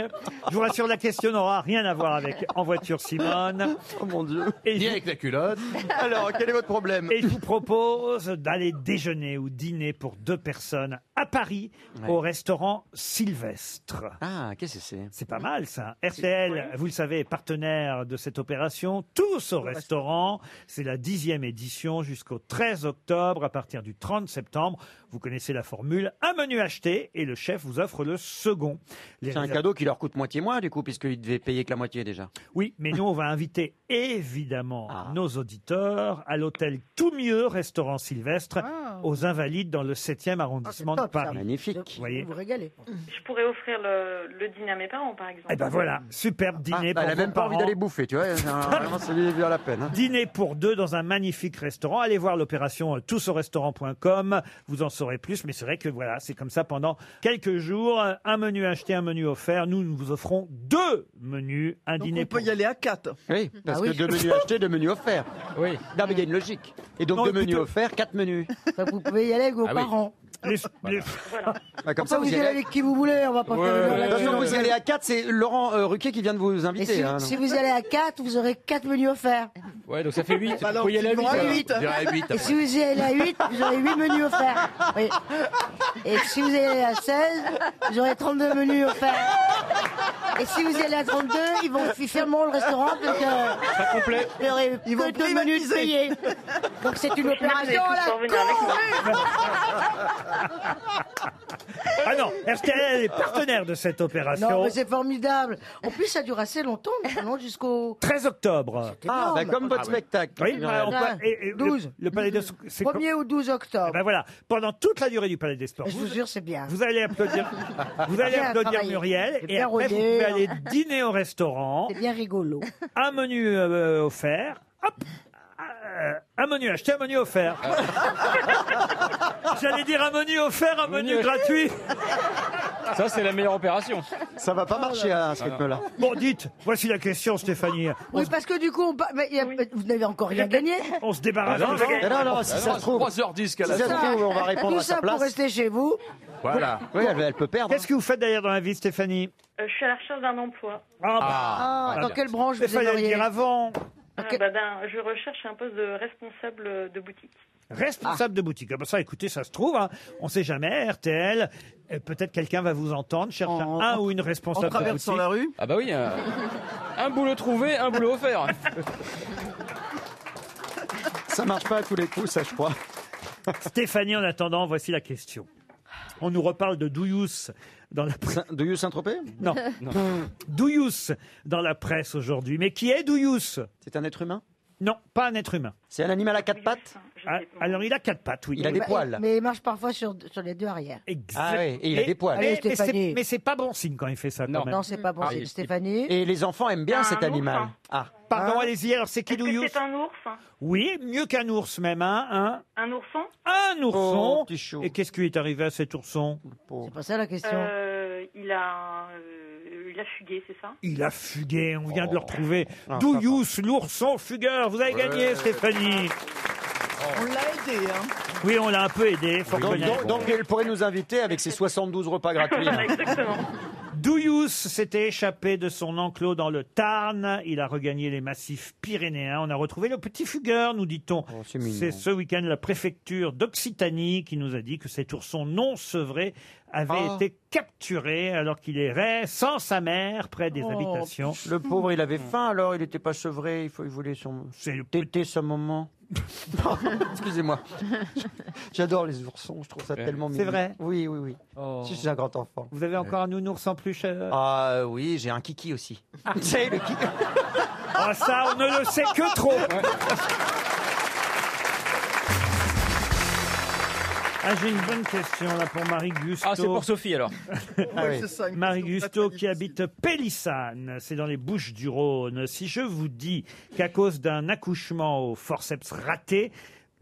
B: je vous rassure, la question n'aura rien à voir avec En voiture Simone.
E: Oh mon Dieu.
B: Et
E: Ni
B: je-
E: avec la culotte. Alors, quel est votre problème
B: Et je vous propose d'aller déjeuner ou dîner pour deux personnes à Paris au restaurant Sylvestre.
G: Ah, qu'est-ce que c'est
B: C'est pas mal ça. RTL, vous le savez, est partenaire de cette opération. Tous au restaurant. C'est la dixième édition jusqu'au 13 octobre à partir du 30 septembre. Vous connaissez la formule. Un menu acheté et le chef vous offre le second. Les
G: C'est un
B: réserv-
G: cadeau qui leur coûte moitié moins, du coup, puisqu'ils devaient payer que la moitié déjà.
B: Oui, mais nous, on va inviter évidemment
G: Ah.
B: nos auditeurs à l'hôtel Tout Mieux, restaurant Sylvestre, aux Invalides dans le 7e arrondissement de Paris. Magnifique. Vous voyez
F: Vous régalez.
P: Je pourrais offrir le, le dîner à mes parents, par exemple.
B: Eh ben voilà, superbe dîner
G: bah,
B: pour
G: elle a
B: vos
G: même pas envie
B: parents.
G: d'aller bouffer, tu vois. C'est un- Vraiment, c'est bien la peine. hein.
B: Dîner pour deux dans un magnifique restaurant. Allez voir l'opération euh, tousaurestaurant.com. Vous en saurez plus. Mais c'est vrai que voilà, c'est comme ça pendant quelques jours. Euh, Un menu acheté, un menu offert. Nous, nous vous offrons deux menus. Un
I: Donc
B: dîner
I: Oh. on peut y aller à 4.
G: Oui, parce
I: Ah oui.
G: que deux menus achetés, deux menus offerts. Oui. Non, mais il y a une logique. Et donc
I: Non,
G: deux
I: mais
G: menus
I: plutôt-
G: offerts, quatre menus.
F: Vous pouvez y aller avec vos
G: Ah oui.
F: parents.
G: Bah, comme
F: Enfin,
G: ça, vous y allez.
F: avec qui vous voulez, on va pas faire le
G: De toute façon, vous y allez à quatre, c'est Laurent euh, Ruquier qui vient de vous
F: Et
G: inviter.
F: si,
G: hein,
F: si
G: donc.
F: vous allez à 4, vous aurez 4 menus offerts.
D: Ouais, donc ça fait 8.
F: Bah
D: Vous
F: non,
D: pouvez y aller
F: ils vont à huit.
D: à 8.
F: Et si vous y allez à 8, vous aurez 8 menus offerts. Oui. Et si vous y allez à 16, vous aurez 32 menus offerts. Et si vous y allez à 32, ils vont ils fermeront le restaurant euh, parce que
D: Pas complet.
F: vous aurez ils vont deux menus de payer. Donc c'est une
P: Au final, vous allez
F: opération à
P: tous
F: la
P: revenir avec moi.
B: Ah non, RTL est partenaire de cette opération.
F: Non, mais c'est formidable. En plus, ça dure assez longtemps, non jusqu'au
B: 13 octobre.
F: Ah,
E: Ben,
F: énorme. bah, comme votre
G: spectacle.
B: Oui, bah, on
F: Ouais.
B: peut- et- et le-
F: 12.
B: Le, palais des c'est com-
F: 1er au 12 octobre.
B: Eh ben voilà, pendant toute la durée du palais des sports.
F: Je vous jure, c'est bien.
B: Vous allez applaudir, vous allez
F: Bien
B: applaudir
F: travaillé.
B: Muriel
F: C'est
B: et
F: bien
B: après
F: rodé,
B: vous pouvez
F: hein.
B: aller dîner au restaurant.
F: C'est bien rigolo.
B: Un menu euh, offert. Hop. Euh, un menu acheté, un menu offert. J'allais dire un menu offert, un menu,
D: Menu
B: gratuit.
D: Ça, c'est la meilleure opération.
G: Ça va pas marcher
E: hein,
G: à ce
D: Ah non.
G: rythme-là.
B: Bon, dites, voici la question, Stéphanie. On
F: Oui,
B: se-
F: parce que du coup, on pa- mais il y a- vous n'avez encore rien gagné.
B: on se débarrasse.
G: Ah non,
B: de-
G: non, non, non, si ça se trouve.
H: 3h10 qu'elle
G: Si ça se trouve, on va répondre
F: Tout
G: à sa
F: ça pour
G: place.
F: rester chez vous.
H: Voilà.
G: Oui, elle, elle peut perdre.
B: Qu'est-ce que vous faites d'ailleurs dans la vie, Stéphanie
P: Euh, je suis à la recherche d'un emploi.
B: Ah,
F: Ah,
B: bah,
F: dans quelle branche
B: Il
F: vous
B: fallait le
F: aimeriez
B: dire avant.
P: Ah, bah, d'un- je recherche un poste de responsable euh, de boutique.
B: Responsable de boutique. Ah ben ça, écoutez, ça se trouve. hein. On sait jamais, RTL. euh, Peut-être quelqu'un va vous entendre, cherche un ou une responsable de boutique.
D: Ah bah oui. euh, Un boulot trouvé, un boulot offert.
E: Ça marche pas à tous les coups, ça je crois.
B: Stéphanie, en attendant, voici la question. On nous reparle de Douillous dans la presse.
E: Douillous Saint-Tropez
B: Non. Douillous dans la presse aujourd'hui. Mais qui est Douillous
E: C'est un être humain
B: Non, pas un être humain. Ah,
E: C'est un animal à quatre pattes
B: Alors il a quatre pattes, oui.
F: Mais- Mais Bah, il marche parfois sur, sur les deux arrières.
B: Exact.
E: Ah oui, et il a
B: Mais-
E: des poils.
B: Mais,
F: Allez,
B: mais
F: Stéphanie.
B: c'est- mais c'est pas bon signe quand il fait ça.
F: Non.
B: quand même.
F: Non, c'est pas
G: Ah,
F: bon, c'est Stéphanie.
E: Et les enfants aiment bien
F: Un
E: cet
F: ours.
E: animal. Ah.
B: Pardon, allez-y, alors c'est qui Douillous
P: C'est un ours, hein.
B: Oui, mieux qu'un ours même, hein, hein.
P: un ourson.
B: Un
E: Oh,
B: ourson. Et qu'est-ce qui lui est arrivé à cet ourson
F: C'est pas ça la question.
P: Euh, il a, euh, il a fugué, c'est ça
B: Il a fugué, on vient de le retrouver. Douillous, l'ourson fugueur, vous avez gagné
I: Ouais.
B: Stéphanie.
I: On l'a aidé, hein.
B: Oui, on l'a un peu aidé, faut
E: Donc,
B: reconnaître.
E: donc- donc, elle pourrait nous inviter avec ses 72 repas gratuits. hein.
B: Douillous s'était échappé de son enclos dans le Tarn. Il a regagné les massifs pyrénéens. On a retrouvé le petit fugueur, nous dit-on.
E: Oh, c'est mignon.
B: c'est ce week-end la préfecture d'Occitanie qui nous a dit que cet ourson non sevré avait
E: Ah.
B: été capturé alors qu'il errait sans sa mère près
E: Oh,
B: des habitations.
E: Le pauvre, il avait faim alors, il n'était pas sevré, il, faut, il voulait son. Téter sa maman. Excusez-moi. J'adore les oursons, je trouve ça tellement mignon.
B: C'est vrai
E: Oui, oui, oui.
D: Oh.
E: Si, je suis un grand enfant.
B: Vous avez encore un nounours en plus euh
E: Ah euh, oui, j'ai un kiki aussi. C'est le kiki.
B: Ah ça, on ne le sait que trop. Ah, j'ai une bonne question là pour Marie Gusto.
D: Ah, c'est pour Sophie alors.
I: Ah oui. c'est ça, une
B: Marie Gusto qui habite Pélissane, c'est dans les Bouches du Rhône. Si je vous dis qu'à cause d'un accouchement au forceps raté,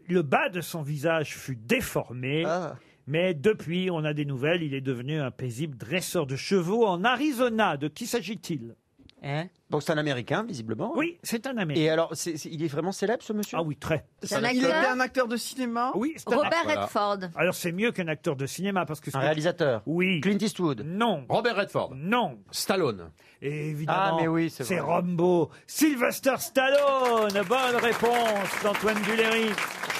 B: le bas de son visage fut déformé.
G: Ah.
E: Ah.
B: Mais depuis, on a des nouvelles, il est devenu un paisible dresseur de chevaux en Arizona. De qui s'agit-il
E: Donc c'est un Américain, visiblement.
B: Oui, c'est un Américain.
E: Et alors, c'est- c'est- il est vraiment célèbre ce monsieur
B: Ah oui, très.
J: C'est un
I: Il était
J: acteur
I: un acteur de cinéma
E: Ah
B: Oui, c'est un-
J: Robert
B: Voilà.
J: Redford.
B: Alors c'est mieux qu'un acteur de cinéma parce que
E: Un réalisateur.
B: Oui.
E: Clint Eastwood.
B: Non.
H: Robert Redford.
B: Non.
H: Stallone.
B: Et évidemment,
E: Ah, mais oui, c'est
B: c'est
E: vrai.
B: Rambo. Sylvester Stallone. Bonne réponse d'Antoine Duléry.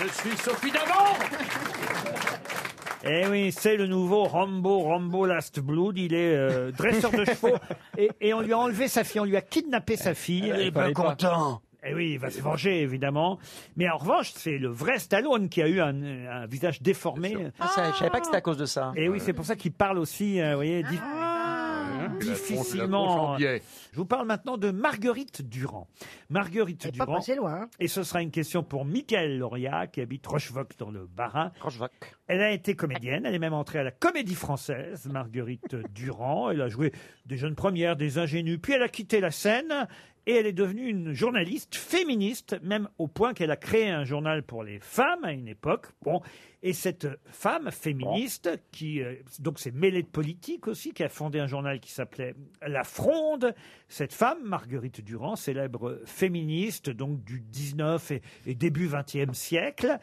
O: Je suis Sophie d'avant
H: Hein
B: Eh oui, c'est le nouveau Rambo, Rambo Last Blood. Il est euh, dresseur de
E: [laughs]
B: chevaux et, et on lui a enlevé sa fille, on lui a kidnappé sa fille.
E: Eh, Il est pas content.
B: Eh oui, il va se venger, évidemment. Mais en revanche, c'est le vrai Stallone qui a eu un, un visage déformé.
E: Ah, ça, je savais pas que c'était à cause de ça.
B: Et oui, c'est pour ça qu'il parle aussi, euh, vous voyez, dif-
H: bah.
E: Hein,
B: Euh,
H: tronche
B: difficilement.
H: en biais.
B: Je vous parle maintenant de Marguerite Durand. Marguerite
F: Et pas
B: Durand.
F: passé loin. hein.
B: Et ce sera une question pour Michael Lauria, qui habite Rochevox dans le Bas-Rhin.
E: Rochevoc.
B: Elle a été comédienne, elle est même entrée à la Comédie Française, Marguerite Durand. Elle a joué des jeunes premières, des ingénues, puis elle a quitté la scène et elle est devenue une journaliste féministe, même au point qu'elle a créé un journal pour les femmes à une époque. Bon, et cette femme féministe, qui euh, donc s'est mêlée de politique aussi, qui a fondé un journal qui s'appelait La Fronde, cette femme, Marguerite Durand, célèbre féministe donc du 19 et, et début 20e siècle,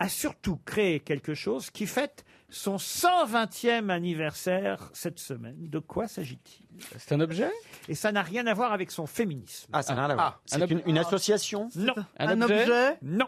B: a surtout créé quelque chose qui fête son 120e anniversaire cette semaine. De quoi s'agit-il
D: C'est un objet
B: Et ça n'a rien à voir avec son féminisme.
E: Ah, ça n'a rien à voir.
D: un
E: C'est
D: ob-
E: une, une association
B: Non.
D: Un objet objet
B: Non.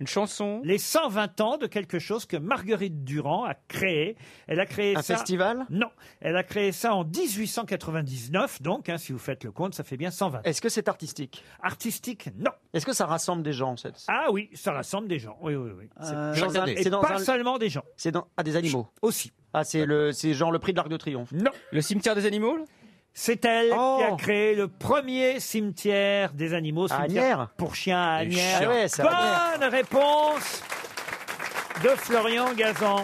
D: Une chanson
B: Les 120 ans de quelque chose que Marguerite Durand a créé. Elle a créé
E: Un
B: ça-
E: festival
B: Non. Elle a créé ça en 1899, donc hein, si vous faites le compte, ça fait bien 120.
E: Est-ce que c'est artistique
B: Artistique, non.
E: Est-ce que ça rassemble des gens cette...
B: Ah oui, ça rassemble des gens. Oui, oui, oui.
G: Euh,
E: C'est dans un-
B: Et
E: c'est dans
B: pas
E: un-
B: seulement des gens.
E: C'est dans ah, des animaux
B: aussi.
E: Ah c'est le c'est genre le prix de l'Arc de Triomphe.
B: Non.
D: Le cimetière des animaux
B: C'est elle
E: Oh.
B: qui a créé le premier cimetière des animaux.
E: À
B: cimetière
E: Agnières
B: Pour chiens à
E: Les
B: Agnières.
E: chiens. Ah ouais, c'est à
B: Bonne réponse de Florian Gazan.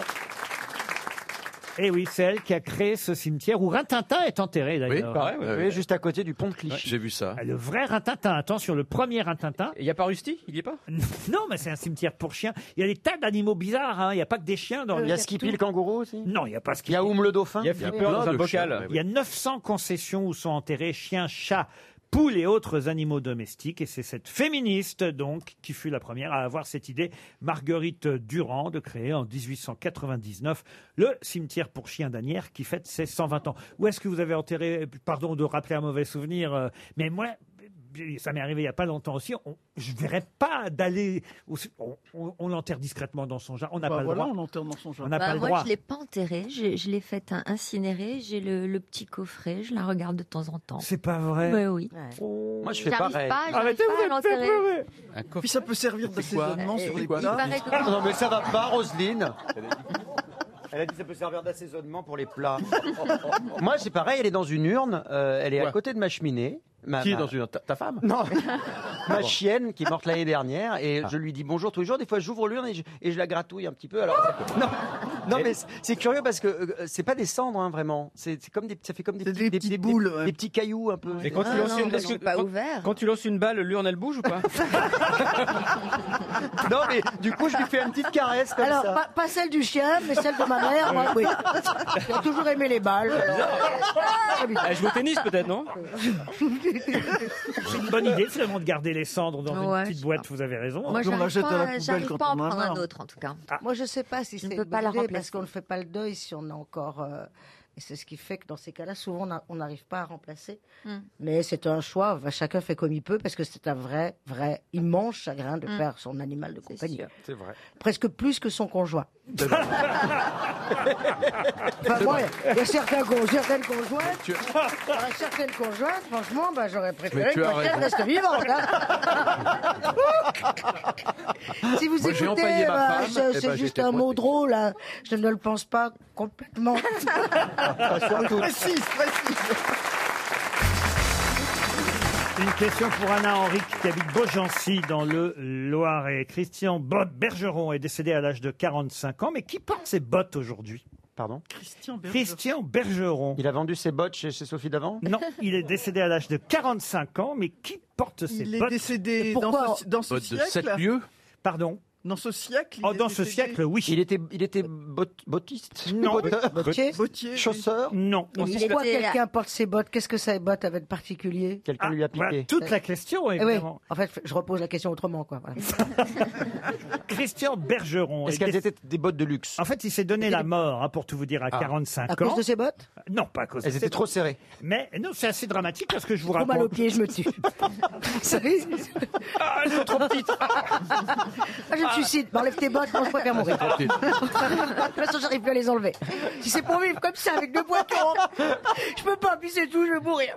B: Et oui, c'est elle qui a créé ce cimetière où Rintintin est enterré d'ailleurs.
E: oui, juste à côté du pont de Clichy.
H: J'ai vu ça.
B: Ah, Le vrai Rintintin, attention, le premier Rintintin.
D: Il n'y a pas Rusty Il n'y est pas
B: Non, mais c'est un cimetière pour chiens. Il y a des tas d'animaux bizarres, hein. il n'y a pas que des chiens dans
E: Euh, Il y a Skippy le kangourou aussi.
B: Non, il n'y a pas
E: Il y a Oum le dauphin.
D: Ah. Il y a Flipper dans un bocal.
B: Il y a 900 concessions où sont enterrés chiens, chats, poules et autres animaux domestiques. Et c'est cette féministe, donc, qui fut la première à avoir cette idée, Marguerite Durand, de créer en 1899 le cimetière pour chiens d'Anières qui fête ses 120 ans. Où est-ce que vous avez enterré, pardon de rappeler un mauvais souvenir, euh, mais moi, puis ça m'est arrivé il y a pas longtemps aussi, on- je ne verrais pas d'aller. au- On, on- on l'enterre discrètement dans son jardin. On n'a
I: Bah
B: pas
I: voilà,
B: le droit.
I: on l'enterre dans son jardin.
B: On n'a
J: Bah,
B: pas le
J: moi,
B: droit.
J: je l'ai pas enterré. Je, je l'ai faite in- incinérer. J'ai le, le petit coffret. Je la regarde de temps en temps.
B: C'est pas vrai. Oh.
J: Bah oui.
G: Moi, je fais
J: J'arrive
G: pareil.
J: pas, Ah, j'arrive Arrêtez, pas vous à êtes l'enterrer. fait
I: Puis ça peut servir d'assaisonnement sur les plats.
G: Ah, Non, mais ça va pas, Roselyne.
Q: Elle a dit ça peut servir d'assaisonnement pour les
G: Là. [laughs] Moi, c'est pareil, elle est dans une urne, euh, elle est à
Q: Ouais.
G: côté de ma cheminée. Ma-
Q: Qui est
G: ma-
Q: dans une urne Ta- ta femme
G: Non, [laughs] ma
Q: bon.
G: chienne qui est morte l'année dernière, et
Q: Ah.
G: je lui dis bonjour tous les jours. Des fois, j'ouvre l'urne et je, et je la gratouille un petit peu. Alors,
Q: [laughs]
G: non, non, mais c'est- c'est curieux parce que euh, c'est pas des cendres, hein, vraiment. C'est c'est comme des, ça fait comme des, petits- des- des- des- des petits cailloux un peu.
R: Et
D: Ah,
R: quand tu lances une parce que- quand- Quand tu lances une balle, l'urne elle bouge ou pas
G: Non, mais du coup, je lui fais une petite caresse comme
F: Alors,
G: ça.
F: pas, pas celle du chien, mais celle de ma mère, moi, oui. J'ai toujours aimé les balles.
R: Elle joue au tennis peut-être, non
B: C'est une bonne idée finalement de garder les cendres dans
J: Ouais,
B: une
J: je
B: petite boîte. Vous avez raison.
J: Moi, j'arrive pas, j'arrive pas à en prendre un autre, en tout
B: Ah,
J: cas.
F: Moi, je sais pas si
J: Ah. Je
F: c'est
J: ne
F: une
J: peux pas
F: bonne idée,
J: la
F: parce
J: remplacer.
F: qu'on ne fait pas le deuil si on a encore. euh, et c'est ce qui fait que dans ces cas-là, souvent, on a- on n'arrive pas à remplacer.
J: Hmm.
F: Mais c'est un choix. Enfin, Chacun fait comme il peut parce que c'est un vrai, vrai immense chagrin de
J: Mm.
F: perdre son animal de compagnie.
G: C'est vrai.
F: Presque plus que son conjoint. [laughs] Enfin,
M: C'est
F: moi,
M: vrai.
F: il y a certains con- certaines conjointes. Alors, certaines conjointes, franchement, bah, j'aurais
H: Mais
F: préféré
H: tu
F: que ma
H: as
F: chienne
H: raison.
F: reste vivante.
H: [laughs]
F: hein. si vous
H: Moi, j'ai
F: écoutez,
H: empaillé ma
F: bah,
H: femme,
F: je-
H: eh ben,
F: c'est juste
H: j'étais
F: un mot
H: protégé.
F: drôle. hein. Je ne le pense pas
H: [laughs]
F: complètement.
M: Précise, précise.
B: Une question pour Anna Henrique qui habite Beaugency dans le Loiret. Christian Bob Bergeron est décédé à l'âge de 45 ans, mais qui porte ses bottes aujourd'hui
G: Pardon
I: Christian
B: Christian Bergeron.
G: Il a vendu ses bottes chez, chez Sophie Davant
B: Non, il est décédé à l'âge de 45 ans, mais qui porte ses bottes
I: Il est décédé dans ce, dans ce siècle.
B: Pardon
I: Dans ce siècle.
B: Oh, dans ce siècle, oui.
G: Il était, il était bot- bottiste
B: Non.
G: Botteur
B: Bottier
I: Bottier, oui.
G: Chausseur
B: Non.
F: Mais Pourquoi quelqu'un porte ses bottes Qu'est-ce que ces bottes avaient de particulier
G: Quelqu'un lui a piqué.
B: Ah, voilà toute la question,
F: Eh oui.
B: évidemment.
F: En fait, je repose la question autrement. Quoi. Voilà.
B: Christian Bergeron.
G: Est-ce
B: est
G: qu'elles
B: déc-
G: étaient des bottes de luxe
B: En fait, il s'est donné la mort, hein, pour tout vous dire, à 45 ans.
F: À cause de ses bottes
B: Non, pas à cause de
G: Elles
B: ses
G: étaient trop
B: bottes.
G: serrées.
B: Mais non, c'est assez dramatique parce que je vous
F: Trop
B: raconte.
F: mal aux pieds, je me tue. Sérieux
B: Ah, elles sont trop petites.
F: [laughs] Ah, je me suicide. Bah, Enlève tes bottes, moi je préfère mourir.
M: Tranquille.
F: De toute façon, j'arrive plus à les enlever. Si c'est pour vivre comme ça avec deux boitons, je peux pas, puis c'est tout, je vais mourir.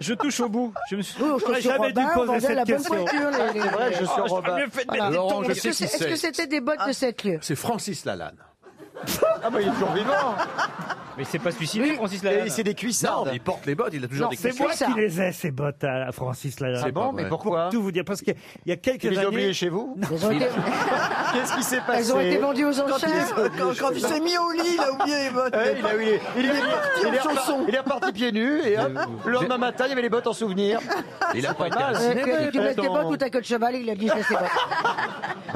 R: Je touche au bout. Je me suis
F: Oui, au
R: J'aurais
F: chaussure
R: jamais dû
F: Oh, Robin,
R: poser
F: on vendait
R: cette
F: la bonne
R: question.
F: voiture, les- les-
R: C'est vrai,
F: les-
R: je
G: Oh,
R: suis
F: Ah,
R: Robin.
F: j'aurais mieux fait de
R: Voilà.
F: mettre des
R: Laurent, je
F: tongs.
R: sais
F: Est-ce que
R: qui
F: c'est- Est-ce que
R: c'est.
F: c'était des bottes de cette lieu
H: C'est Francis Lalanne.
G: Ah, bah il est toujours vivant
R: Mais c'est pas suicidé, Francis
G: Et
R: Lalanne.
G: c'est des cuissardes.
H: Non, mais il porte les bottes, il a toujours des
B: C'est moi qui les ai, ces bottes à Francis Lalanne.
G: Ah bon, mais pourquoi
B: Pour tout vous dire, parce qu'il y a quelques
G: Tu les as
B: années...
G: oubliées chez vous
R: Ah.
F: Elles ont été- euh,
G: Qu'est-ce qui s'est passé
F: Elles ont été vendues aux
G: Quand il est-
F: enchères.
I: Quand, quand il s'est mis au lit, il a oublié les bottes.
G: Ouais, Eh, il, a, il, est, il, est,
I: Il est parti
G: il est
I: en
G: reparti-
I: chausson.
G: il est reparti pieds nus et hop, le lendemain matin, il y avait les bottes en souvenir.
H: Il a pas été
G: mal.
H: assis.
F: Euh, que- Tu mets tes
G: Attends.
F: bottes ou ta queue de cheval Il a dit je laisse les bottes.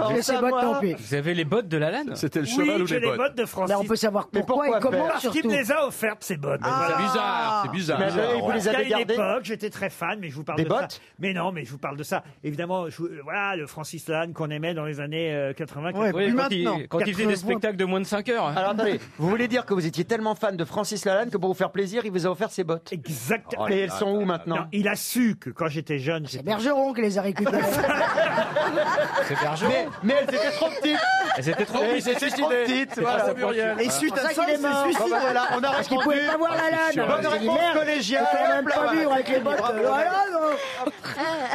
R: Ah,
F: Je laisse les
G: à
F: bottes
G: moi.
F: tant pis.
R: Vous avez les bottes de Lalanne
H: C'était le
B: Oui,
H: cheval ou
B: j'ai
H: les
B: les
H: bottes
B: bottes de Francis.
F: Mais on peut savoir pourquoi, et comment
B: Parce qu'il
F: surtout.
B: me les a offertes, ces bottes.
H: C'est bizarre, c'est bizarre.
G: Mais
H: bizarre.
G: attendez, vous
H: Ouais.
G: les
B: Parce
G: avez
B: qu'à une
G: gardées
B: époque, j'étais très fan, mais je vous parle
G: Des
B: de
G: bottes
B: ça. Mais non, mais je vous parle de ça. Évidemment, je, voilà, le Francis Lalanne qu'on aimait dans les années euh, 80.
I: Ouais,
R: Oui,
I: plus
R: quand,
I: maintenant.
R: il, quand il faisait des spectacles de moins de 5 heures.
G: Alors attendez, vous voulez dire que vous étiez tellement fan de Francis Lalanne que pour vous faire plaisir, il vous a offert ses bottes. Oh
B: Exactement.
G: Mais elles sont où
B: Non,
G: maintenant
B: il a su que quand j'étais jeune, j'étais
F: Bergeron qui les a récupérées.
R: C'est Bergeron.
G: mais, mais elles étaient trop petites
R: Elles étaient trop
G: Elles
R: petites.
G: étaient trop petites
H: Ah,
G: voilà.
I: Et suite
F: C'est
I: à
F: pour ça
I: ça,
F: qu'il
I: il
F: est mort.
I: s'est
G: Bon,
I: suicidé.
G: ben voilà, on a
F: Parce qu'il
G: répondu.
F: pouvait pas voir
R: Ah,
F: la lane.
G: Bonne
F: Il s'est dit,
G: réponse
F: merde,
G: collégiale.
F: Je peux même
G: Hop là,
F: pas
G: voilà.
F: vivre avec les bottes.
G: Bravo.
F: Voilà, non.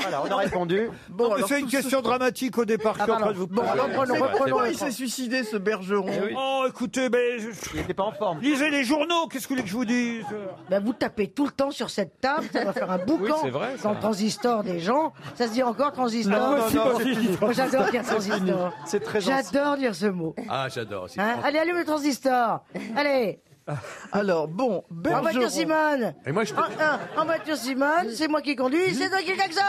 G: Voilà, on a répondu.
I: Bon, alors,
B: C'est une
I: tout
B: question dramatique au départ.
F: Ah,
B: je suis en
F: pardon.
B: train de vous
F: Bon,
B: parler.
F: alors,
I: ce-
F: prenons,
I: C'est
F: reprenons.
I: pourquoi il
F: Bertrand.
I: s'est suicidé, ce bergeron
B: Oh, écoutez, ben, je-
G: Il n'était pas en forme.
B: lisez les journaux, qu'est-ce que vous voulez que je vous dise
F: Ben, vous tapez tout le temps sur cette table, ça va faire un boucan
R: c'est vrai, ça.
F: dans le transistor des gens. Ça se dit encore transistor.
G: Non, non, non,
F: Moi,
G: c'est fini.
F: [laughs] J'adore dire
G: fini.
F: transistor.
G: C'est très ancien.
F: J'adore dire ce mot.
H: Ah, j'adore. c'est
F: Hein
H: Francis.
F: Allez, allume le transistor. Allez,
I: Alors, bon,
F: en voiture
I: bergeron.
F: Simone.
H: Et moi, je
F: En, un, en voiture Simone, c'est moi qui conduis, c'est toi qui klaxonne.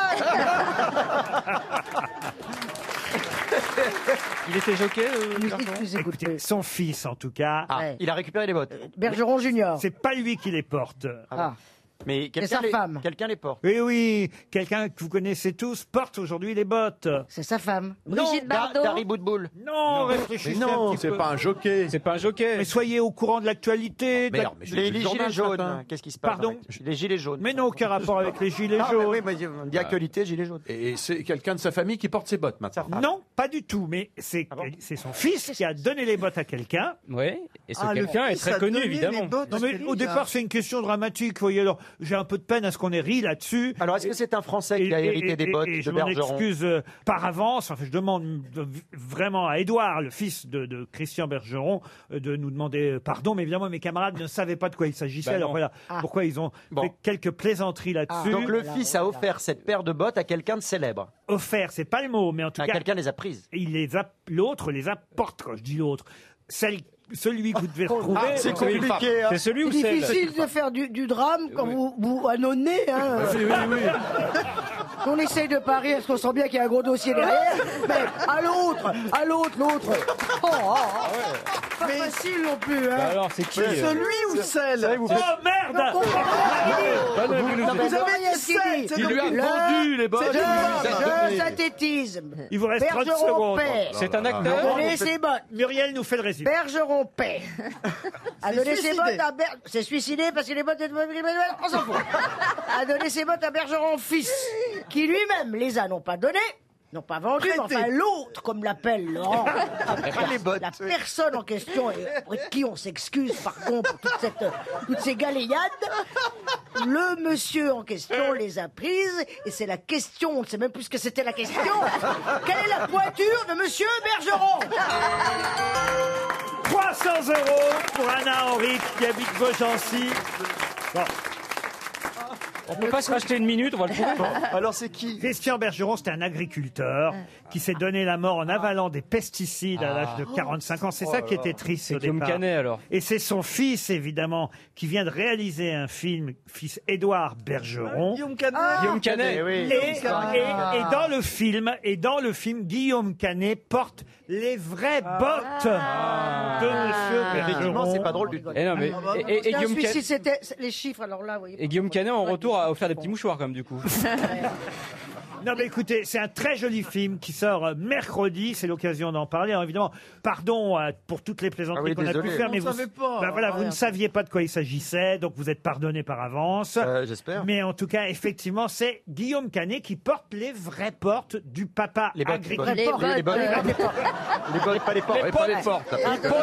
R: Il était jockey, euh, Bergeron
F: Vous écoutez.
B: Écoutez, son fils, en tout cas,
G: Ah,
F: Ouais. Euh,
G: il a récupéré les bottes.
F: Bergeron Junior.
B: c'est pas lui qui les porte.
F: Ah.
E: Mais quelqu'un les, quelqu'un les porte.
B: Oui, oui, quelqu'un que vous connaissez tous porte aujourd'hui les bottes.
F: C'est sa femme.
E: non, Da- Dari Boudboul.
B: Non, réfléchissez
H: Mais non,
B: un petit
H: c'est
B: peu.
H: pas un jockey.
D: C'est pas un jockey.
B: Mais soyez au courant de l'actualité. de la-
E: Merde, mais j'ai Les- lu le les journal gilets ce jaunes, matin. qu'est-ce qui se passe
B: Pardon
E: avec- Les gilets jaunes.
B: Mais non, aucun rapport avec les gilets
E: Ah, mais
B: jaunes.
E: oui, mais on dit actualité, gilets jaunes.
H: Et c'est quelqu'un de sa famille qui porte ses bottes maintenant.
B: Non, pas du tout, mais c'est c'est son fils qui a donné les bottes à quelqu'un.
D: Oui, et ce Ah, le quelqu'un est fils très a connu, donné évidemment. les bottes
B: Non,
D: à
B: mais
D: celui qui
B: au
D: a-
F: hein.
B: départ, c'est une question dramatique, vous voyez. Alors, j'ai un peu de peine à ce qu'on ait ri là-dessus.
E: Alors, est-ce que c'est un Français qui a hérité des bottes
B: et
E: de
B: je m'en
E: Bergeron
B: excuse euh, par avance. Enfin, je demande de- vraiment à Édouard, le fils de, de Christian Bergeron, euh, de nous demander euh, pardon. Mais évidemment, mes camarades ne savaient pas de quoi il s'agissait.
E: Bah
B: alors
E: non. Ah.
B: voilà, pourquoi ils ont fait quelques plaisanteries là-dessus.
E: Donc le fils a offert cette paire de bottes à quelqu'un de célèbre.
B: offert, c'est pas le mot, mais en tout
E: Ah,
B: cas.
E: quelqu'un les a
G: [laughs]
E: prises.
B: Il les a, l'autre les apporte, quand je dis l'autre. Celle, celui que vous devez retrouver.
E: Ah, c'est compliqué, hein. C'est celui ou
F: C'est
E: celle
F: difficile de faire du, du drame quand vous, vous annonnez. Hein.
B: Oui, oui, oui.
F: On essaye de parier, est-ce qu'on sent bien qu'il y a un gros dossier derrière Mais à l'autre, à l'autre, l'autre. Oh, oh, oh. Pas facile non plus. Hein.
D: Bah alors, c'est qui,
F: C'est
D: euh,
F: Celui ou celle
D: vous faites-
B: Oh, merde
F: Non, comprends pas
D: Bah non,
F: ce qu'il dit.
H: Ah,
D: vous nous
I: ben,
D: dites-
F: Vous avez dit celle, c'est
D: Il lui a
F: donc-
D: vendu les bottes,
F: C'est
D: il lui les a
F: Je
D: données.
F: je synthétise.
B: Il vous reste 30
F: Bergeron
B: secondes.
F: père.
D: C'est un
F: A
D: acteur.
F: donné ses bottes.
B: Muriel nous fait le résumé.
F: Bergeron
C: [laughs]
F: paix. A
C: C'est
F: donné ses
C: suicidé.
F: bottes à Ber- C'est suicidé parce que les bottes étaient On s'en
C: [laughs]
F: fout. A donné ses bottes à Bergeron fils, qui lui-même les a non pas données, non pas vendues, mais enfin l'autre, comme
C: [laughs]
F: l'appelle Laurent.
G: Ah,
E: les bottes.
F: La personne en question, et auprès de qui on s'excuse par contre pour toute cette, toutes ces galéades, le monsieur en question
C: Euh.
F: les a prises et c'est la question, on ne sait même plus ce que c'était la question.
C: [laughs]
F: Quelle est la pointure de monsieur Bergeron
B: 300 euros pour Anna Henry qui habite Beaugency. Bon.
D: On peut pas se racheter une minute, on va le trouver.
B: Alors c'est qui Christian Bergeron, c'était un agriculteur qui s'est donné la mort en avalant des pesticides à l'âge de 45 ans. C'est
D: Oh
B: ça
D: là
B: qui
D: là.
B: était triste
D: C'est
B: au
D: Guillaume
B: départ.
D: Canet, alors.
B: Et c'est son fils évidemment qui vient de réaliser un film, fils Édouard Bergeron.
I: Guillaume Canet.
F: Ah,
D: Guillaume Canet.
B: Et, et- et dans le film, et dans le film, Guillaume Canet porte les vraies bottes de Monsieur
E: Effectivement,
B: Bergeron.
E: c'est pas drôle du tout.
D: Et Eh
F: Ah bah,
D: non, mais-
F: Oh,
D: et- et- et
F: C'est un
D: Guillaume Canet-
F: suicide, c'était les chiffres, alors là, vous voyez.
D: Et Guillaume Canet, en retour, a offert des petits mouchoirs, comme
F: [laughs]
D: du coup.
B: Non mais écoutez, c'est un très joli film qui sort euh, mercredi, c'est l'occasion d'en parler. Alors, évidemment, pardon euh, pour toutes les plaisanteries
E: Ah oui,
B: qu'on a pu
E: désolé.
B: faire,
E: On
B: mais vous,
E: savait pas.
B: Bah voilà,
E: Ah,
B: vous ne
E: merde.
B: saviez pas de quoi il s'agissait, donc vous êtes pardonné par avance.
G: Euh,
E: Euh, J'espère.
B: Mais en tout cas, effectivement, c'est Guillaume Canet qui porte les vraies portes du papa agricole.
E: Les bottes. Les bottes. Les bottes, pas les portes.
B: Les
E: Pas les
B: bottes.
E: portes.
B: Ah,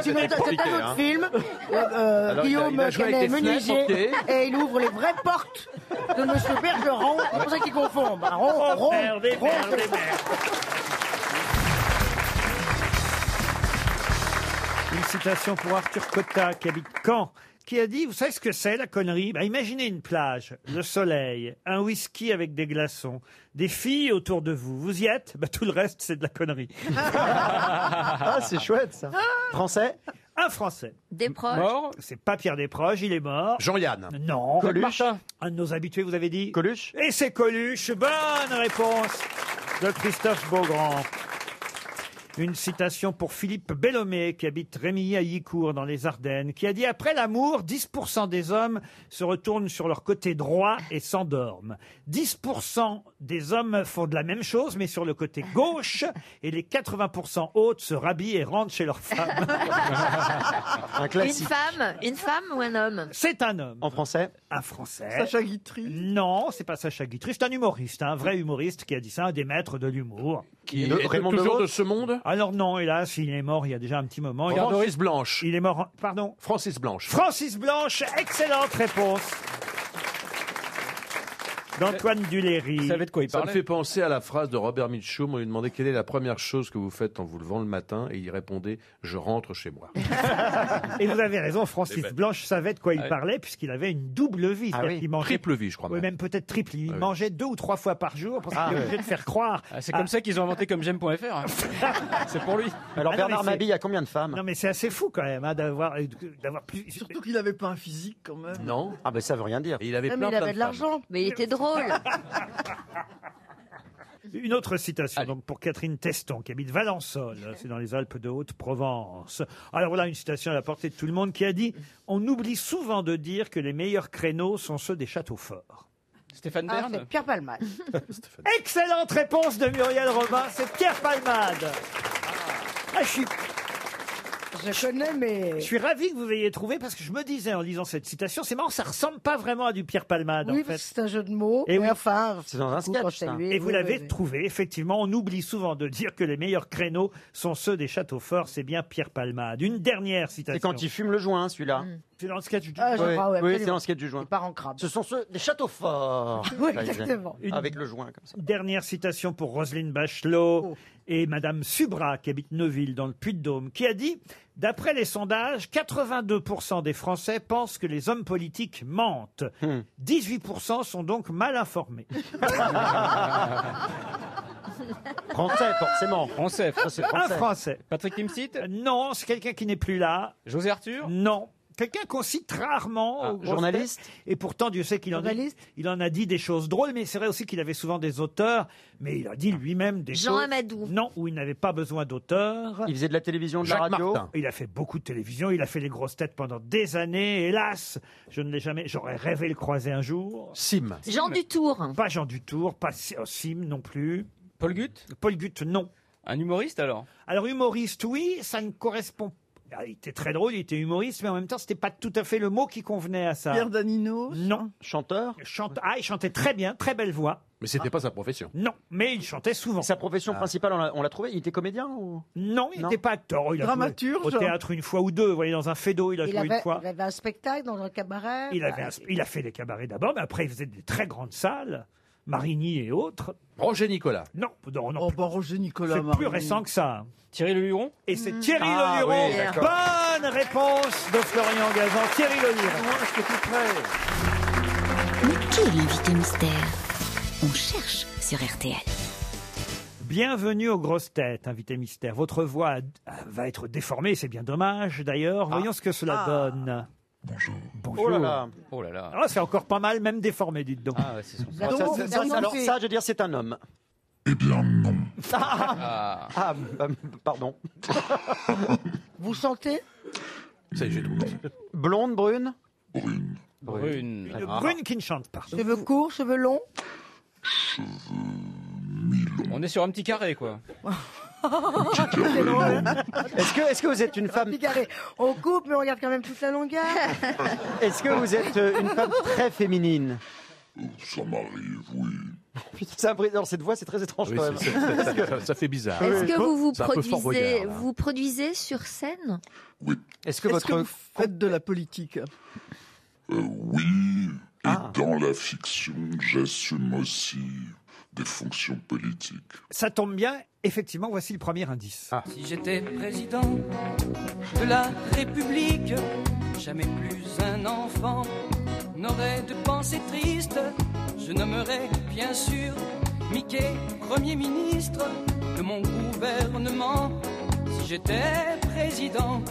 F: C'est un autre film. Euh, euh,
E: Alors, il a-
F: Guillaume
E: il a joué
F: Canet est
E: avec des fenêtres,
F: menuisier
E: ok.
F: et il ouvre les vraies portes de Monsieur Bergeron. C'est pour ça qu'il confond. Bah, rond, rond,
B: Oh, merde,
F: rond.
B: merde, Une citation pour Arthur Cotta qui habite Caen, qui a dit, vous savez ce que c'est la connerie Bah, Imaginez une plage, le soleil, un whisky avec des glaçons, des filles autour de vous. Vous y êtes Bah, Tout le reste, c'est de la connerie.
E: Ah, c'est chouette ça.
B: Français Un Français.
J: Des proches.
B: C'est pas Pierre Desproges, il est mort.
H: Jean-Yann.
B: Non.
E: Coluche.
B: Un de nos habitués, vous avez dit Coluche. Et c'est Coluche. Bonne réponse de Christophe Beaugrand. Une citation pour Philippe Bellomé, qui habite Rémilly à Yicourt, dans les Ardennes, qui a dit Après l'amour, 10% des hommes se retournent sur leur côté droit et s'endorment. 10% des hommes font de la même chose, mais sur le côté gauche, et les 80% autres se rhabillent et rentrent chez leur femme. Un
J: Une femme, une femme ou un homme
B: c'est un homme. En français Un français.
J: Sacha
B: Guitry Non, c'est pas Sacha Guitry, c'est un humoriste, un vrai humoriste qui a dit ça, un des maîtres de l'humour.
H: Qui est toujours de ce monde
B: Alors non, hélas, il est mort il y a déjà un petit moment. Il est-
H: Francis Blanche.
B: Il est mort. en- Pardon
H: Francis Blanche.
B: Francis Blanche, excellente réponse. D'Antoine Duléry. Vous savez de quoi
H: Ça me fait penser à la phrase de Robert Mitchum. On lui demandait quelle est la première chose que vous faites en vous levant le matin et il répondait Je rentre chez moi.
B: Et vous avez raison, Francis
H: Eh ben.
B: Blanche savait de quoi il
H: Ah oui.
B: parlait puisqu'il avait une double vie.
H: Ah
B: c'est-à-dire
H: oui.
B: qu'il mangeait-
H: Triple vie, je crois
B: Oui, même peut-être triple. Il
H: Ah oui.
B: mangeait deux ou trois fois par jour parce qu'il
D: Ah
B: était
D: oui.
B: obligé de faire croire.
D: Ah, C'est comme
B: à-
D: ça qu'ils ont inventé comme j'aime.fr. hein. [laughs] C'est pour lui.
E: Alors,
B: Ah non,
E: Bernard
B: mais c'est-
E: Mabille, il y a combien de femmes
B: Non, mais c'est assez fou quand même hein, d'avoir d'avoir plus. Surtout
I: qu'il n'avait pas un physique quand même.
H: Non.
E: Ah, ben ça veut rien dire.
H: il avait [laughs]
I: Ah, mais plein, il plein avait de de l'argent.
J: Mais il était drôle.
B: Une autre citation donc pour Catherine Teston, qui habite Valençol, c'est dans les Alpes de Haute-Provence. Alors voilà une citation à la portée de tout le monde qui a dit On oublie souvent de dire que les meilleurs créneaux sont ceux des châteaux forts.
D: Stéphane
F: Ah,
D: Bern
F: c'est Pierre Palman.
B: Excellente réponse de Muriel Robin, c'est Pierre Palmade. Ah, je, suis,
F: je connais, mais.
B: je suis ravi que vous ayez trouvé parce que je me disais en lisant cette citation, c'est marrant, ça ressemble pas vraiment à du Pierre Palmade
F: Oui,
B: en
F: parce
B: fait.
F: que c'est un jeu de mots.
B: Et
F: Et
B: oui.
F: enfin, du coup, quand je t'ai lu,
B: Et vous
F: oui,
B: l'avez
F: oui, oui.
B: trouvé, effectivement. On oublie souvent de dire que les meilleurs créneaux sont ceux des châteaux forts. C'est bien Pierre Palmade. Une dernière citation.
G: C'est quand il fume le joint, celui-là.
B: C'est dans le sketch du
F: Ah, je
G: Oui,
F: crois, ouais,
G: oui,
F: absolument.
G: c'est dans le sketch du joint.
F: part en crabe.
G: Ce sont ceux des châteaux forts.
F: [laughs] Oui, exactement.
B: Une-
G: Avec le joint, comme ça.
B: Dernière citation pour Roselyne Bachelot
F: Oh.
B: et Madame Subra, qui habite Neuville, dans le Puy-de-Dôme, qui a dit « D'après les sondages, 82% des Français pensent que les hommes politiques mentent. 18% sont donc mal informés.
G: Français, forcément.
D: Français,
F: Ah,
D: français,
B: Un Français.
D: Patrick Timsit
B: Non, c'est quelqu'un qui n'est plus là.
D: José Arthur
B: Non. Quelqu'un qu'on cite
G: Ah,
B: rarement. aux grosses
D: journaliste
B: têtes. Et pourtant, Dieu sait qu'il en, a- il en a dit des choses drôles, mais c'est vrai aussi qu'il avait souvent des auteurs, mais il a dit lui-même des
J: Jean
B: choses.
J: Amadou.
B: Non, où il n'avait pas besoin d'auteur.
G: Il faisait de la télévision, de la radio.
B: Il a fait beaucoup de télévision, il a fait les grosses têtes pendant des années. Hélas, je ne l'ai jamais. J'aurais rêvé le croiser un jour.
H: Sim.
J: Jean Dutour.
B: Pas Jean Dutour, pas Si- oh, Sim non plus.
D: Paul Gut
B: Paul Gut, non.
D: Un humoriste alors
B: Alors humoriste, oui, ça ne correspond. Ah, Il était très drôle, il était humoriste, mais en même temps, c'était pas tout à fait le mot qui convenait à ça.
I: Pierre Danino
B: Non.
G: Chanteur
B: Chante... Ah, il chantait très bien, très belle voix.
H: Mais c'était pas sa profession.
B: Non, mais il chantait souvent.
G: Sa profession principale, on l'a- on l'a trouvée. Il était comédien ou
B: Non, il n'était pas acteur. Oh, il a joué
I: Dramaturge.
B: Au théâtre une fois ou deux, vous voyez, dans un fédo, il a
F: Il
B: joué
F: avait,
B: une fois.
F: il avait un spectacle dans un cabaret.
B: Il, avait un- il a fait des cabarets d'abord, mais après, il faisait des très grandes salles, Marigny et autres.
H: Roger Nicolas.
B: Non, non, non.
I: Oh, bah, Roger Nicolas
B: C'est plus
I: Marigny. Hmm.
B: récent que ça.
D: Thierry Le Huron
B: Et c'est Thierry
H: Ah,
B: Le Luron.
H: oui, d'accord.
B: Bonne réponse de Florian Gazan. Thierry Le Luron.
A: Mais qui est l'invité mystère On cherche sur RTL.
B: Bienvenue aux grosses têtes, invité mystère. Votre voix a- a- va être déformée, c'est bien dommage d'ailleurs. Voyons ce que cela
G: Ah.
B: donne. Bonjour. Bonjour.
G: Oh là là.
D: Oh là là.
B: Ah, c'est encore pas mal, même déformé, dites donc.
D: Ah ouais, c'est son
G: Ah, ça,
F: Donc,
G: ça,
F: vous
G: ça, alors
F: avez-
G: ça, je veux dire, c'est un homme. Eh bien non. Ah, ah, [laughs] bah, pardon.
F: Vous sentez
H: Ça y est, j'ai trouvé.
G: Blonde, brune
D: Brune.
B: Une brune qui ne chante pas.
F: Cheveux courts, cheveux [laughs] longs
D: On est sur un petit carré quoi.
G: Est-ce que, est-ce que vous êtes une femme
F: Picaré. On coupe, mais on regarde quand même toute la [laughs] longueur.
G: Est-ce que vous êtes euh, une femme très féminine Ça m'arrive, oui. Putain, c'est impré- alors, cette voix, c'est très étrange
H: Oui,
G: quand même.
H: c'est- c'est- ça, ça- ça fait bizarre.
J: Est-ce que vous vous
H: C'est un peu Fort hein.
J: produisez,
H: Boyard, là.
J: vous produisez sur scène
G: Est-ce
I: Est-ce
G: que votre
I: que vous faites de la politique
S: Euh, Oui, et
H: Ah.
S: dans la fiction, j'assume aussi des fonctions politiques.
B: Ça tombe bien, effectivement, voici le premier indice.
L: Si j'étais président de la République, jamais plus un enfant n'aurait de pensée triste. Je nommerais bien sûr Mickey Premier ministre de mon gouvernement. Si j'étais président,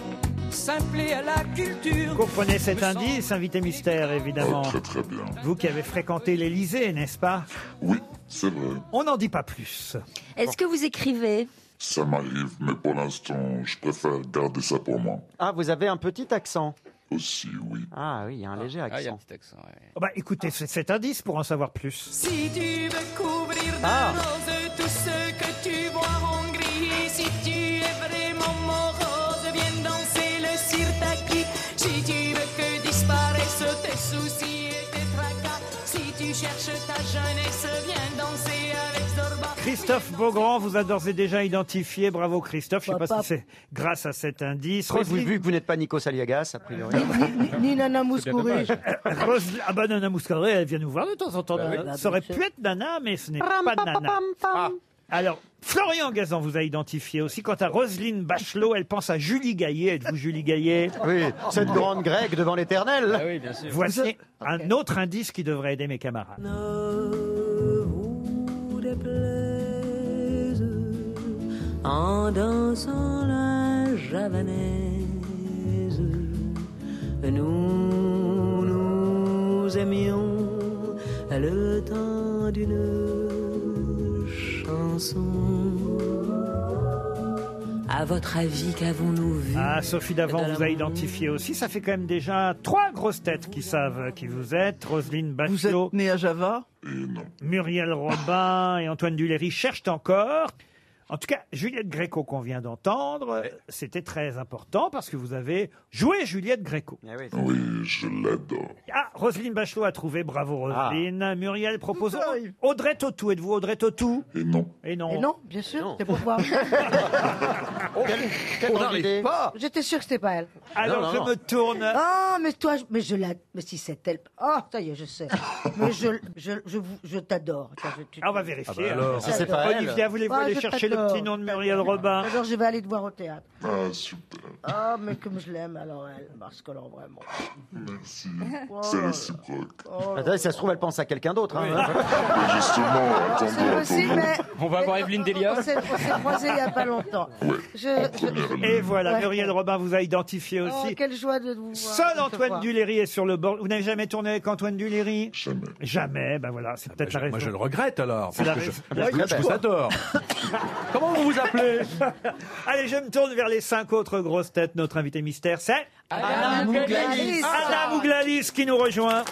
L: simple et à la culture.
B: Comprenez cet indice, invité mystère,
H: Ah.
B: évidemment.
S: Très très bien.
B: Vous qui avez fréquenté l'Elysée, n'est-ce pas
S: Oui, c'est vrai.
B: On n'en dit pas plus.
J: Est-ce que vous écrivez
S: Ça m'arrive, mais pour l'instant, je préfère garder ça pour moi.
G: Ah, vous avez un petit accent.
S: Aussi, oui.
G: Ah oui, il y a un léger
D: Ah, il y a un
G: accent.
D: petit accent. ouais.
B: Oh Bah, écoutez, c'est cet indice pour en savoir plus.
L: Si tu veux couvrir de
G: Ah.
L: roses tout ce que tu vois en gris, si tu es vraiment morose, viens danser le sirtaki. Si tu veux que disparaissent tes soucis et
F: [laughs]
L: tes tracas, si tu cherches ta jeunesse, viens danser avec Zorba.
B: Christophe Beaugrand vous a d'ores et déjà identifié. Bravo Christophe. Je ne sais pas si c'est grâce à cet indice.
G: Oui, vous,
B: Roselyne-
G: vu que vous n'êtes pas Nico Saliagas, a priori.
F: Ni- Ni Nana Mouskouri.
B: Rose, ah bah Nana Mouskouré, elle vient nous voir de temps en temps. Nana. Ça aurait pu être Nana, mais ce n'est pas Nana. Ah. Alors, Florian Gazan vous a identifié aussi. Quant à Roselyne Bachelot, elle pense à Julie Gaillet. Êtes-vous Julie Gaillet
G: Oui, cette grande grecque devant l'éternel.
D: Ah oui, bien sûr.
B: Voici un autre indice qui devrait aider mes camarades.
L: Ne vous déplaise en dansant la javanaise. Nous, nous aimions le temps d'une chanson.
T: chanson. À votre avis, qu'avons-nous vu
B: Ah, Sophie Davant vous a identifié aussi. Ça fait quand même déjà trois grosses têtes qui savent qui vous êtes. Roselyne Bachelot. Vous êtes
I: née à Java
B: Muriel Robin et Antoine Duléry cherchent encore. En tout cas, Juliette Gréco qu'on vient d'entendre, c'était très important parce que vous avez joué Juliette Gréco.
G: Eh
S: Oui, je l'adore.
B: Ah, Roselyne Bachelot a trouvé, bravo Roselyne. Muriel propose Audrey Tautou. Êtes-vous Audrey Tautou
S: Et non.
B: Et non.
F: Et non, bien sûr, c'est pourquoi. [laughs]
B: quelle bonne idée.
F: J'étais sûre que c'était pas elle.
B: Alors, je me tourne.
F: Oh, mais toi, je- mais je la. Mais si c'est elle. Oh, ça y est, je sais. mais je, je, je, vous- je t'adore. Tiens, je- tu-
B: Ah, on va vérifier.
F: Ah bah alors, si c'est pas elle.
B: Olivia, voulez-vous
F: Ah,
B: aller
F: je
B: chercher le
F: t'adore.
B: petit nom de Muriel Robin
F: Alors, je vais aller te voir au théâtre.
S: Ah, super.
F: Ah, mais comme je l'aime, alors elle, parce que alors vraiment.
S: Merci.
F: Oh.
S: C'est réciproque.
F: Oh.
G: Ah,
E: Attendez, si ça se trouve, elle pense à quelqu'un d'autre. hein.
S: Mais justement, attendez,
F: possible,
S: attendez.
F: mais-
E: On va voir Evelyne Delia.
F: On s'est on s'est croisés il n'y a pas longtemps. Je-
B: Et voilà,
F: Ouais.
B: Muriel Robin vous a identifié
F: Oh,
B: aussi.
F: quelle joie de vous voir.
B: Seul
F: de te
B: Antoine
F: voir.
B: Duléry est sur le bord. Vous n'avez jamais tourné avec Antoine Duléry Jamais. Jamais, ben voilà, c'est peut-être la raison.
O: Moi, je le regrette alors.
B: C'est
O: Parce
B: la
O: que je,
B: raison.
O: parce que je vous adore.
B: Comment vous vous appelez [laughs] Allez, je me tourne vers les cinq autres grosses têtes. Notre invité mystère, c'est
C: Adam Mouglalis.
B: Adam Mouglalis Ah, qui nous rejoint.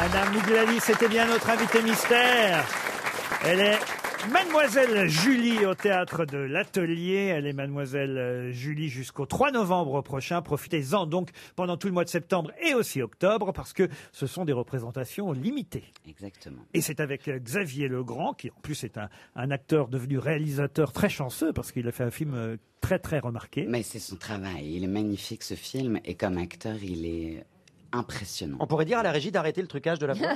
B: Adam Mouglalis, c'était bien notre invité mystère. Elle est Mademoiselle Julie au théâtre de l'Atelier. Elle est Mademoiselle euh, Julie jusqu'au 3 novembre prochain. Profitez-en donc pendant tout le mois de septembre et aussi octobre parce que ce sont des représentations limitées.
T: Exactement.
B: Et c'est avec euh, Xavier Legrand, qui en plus est un, un acteur devenu réalisateur très chanceux parce qu'il a fait un film euh, très très remarqué.
T: Mais c'est son travail. Il est magnifique ce film et comme acteur, il est impressionnant.
E: On pourrait dire à la régie d'arrêter le trucage de la voix.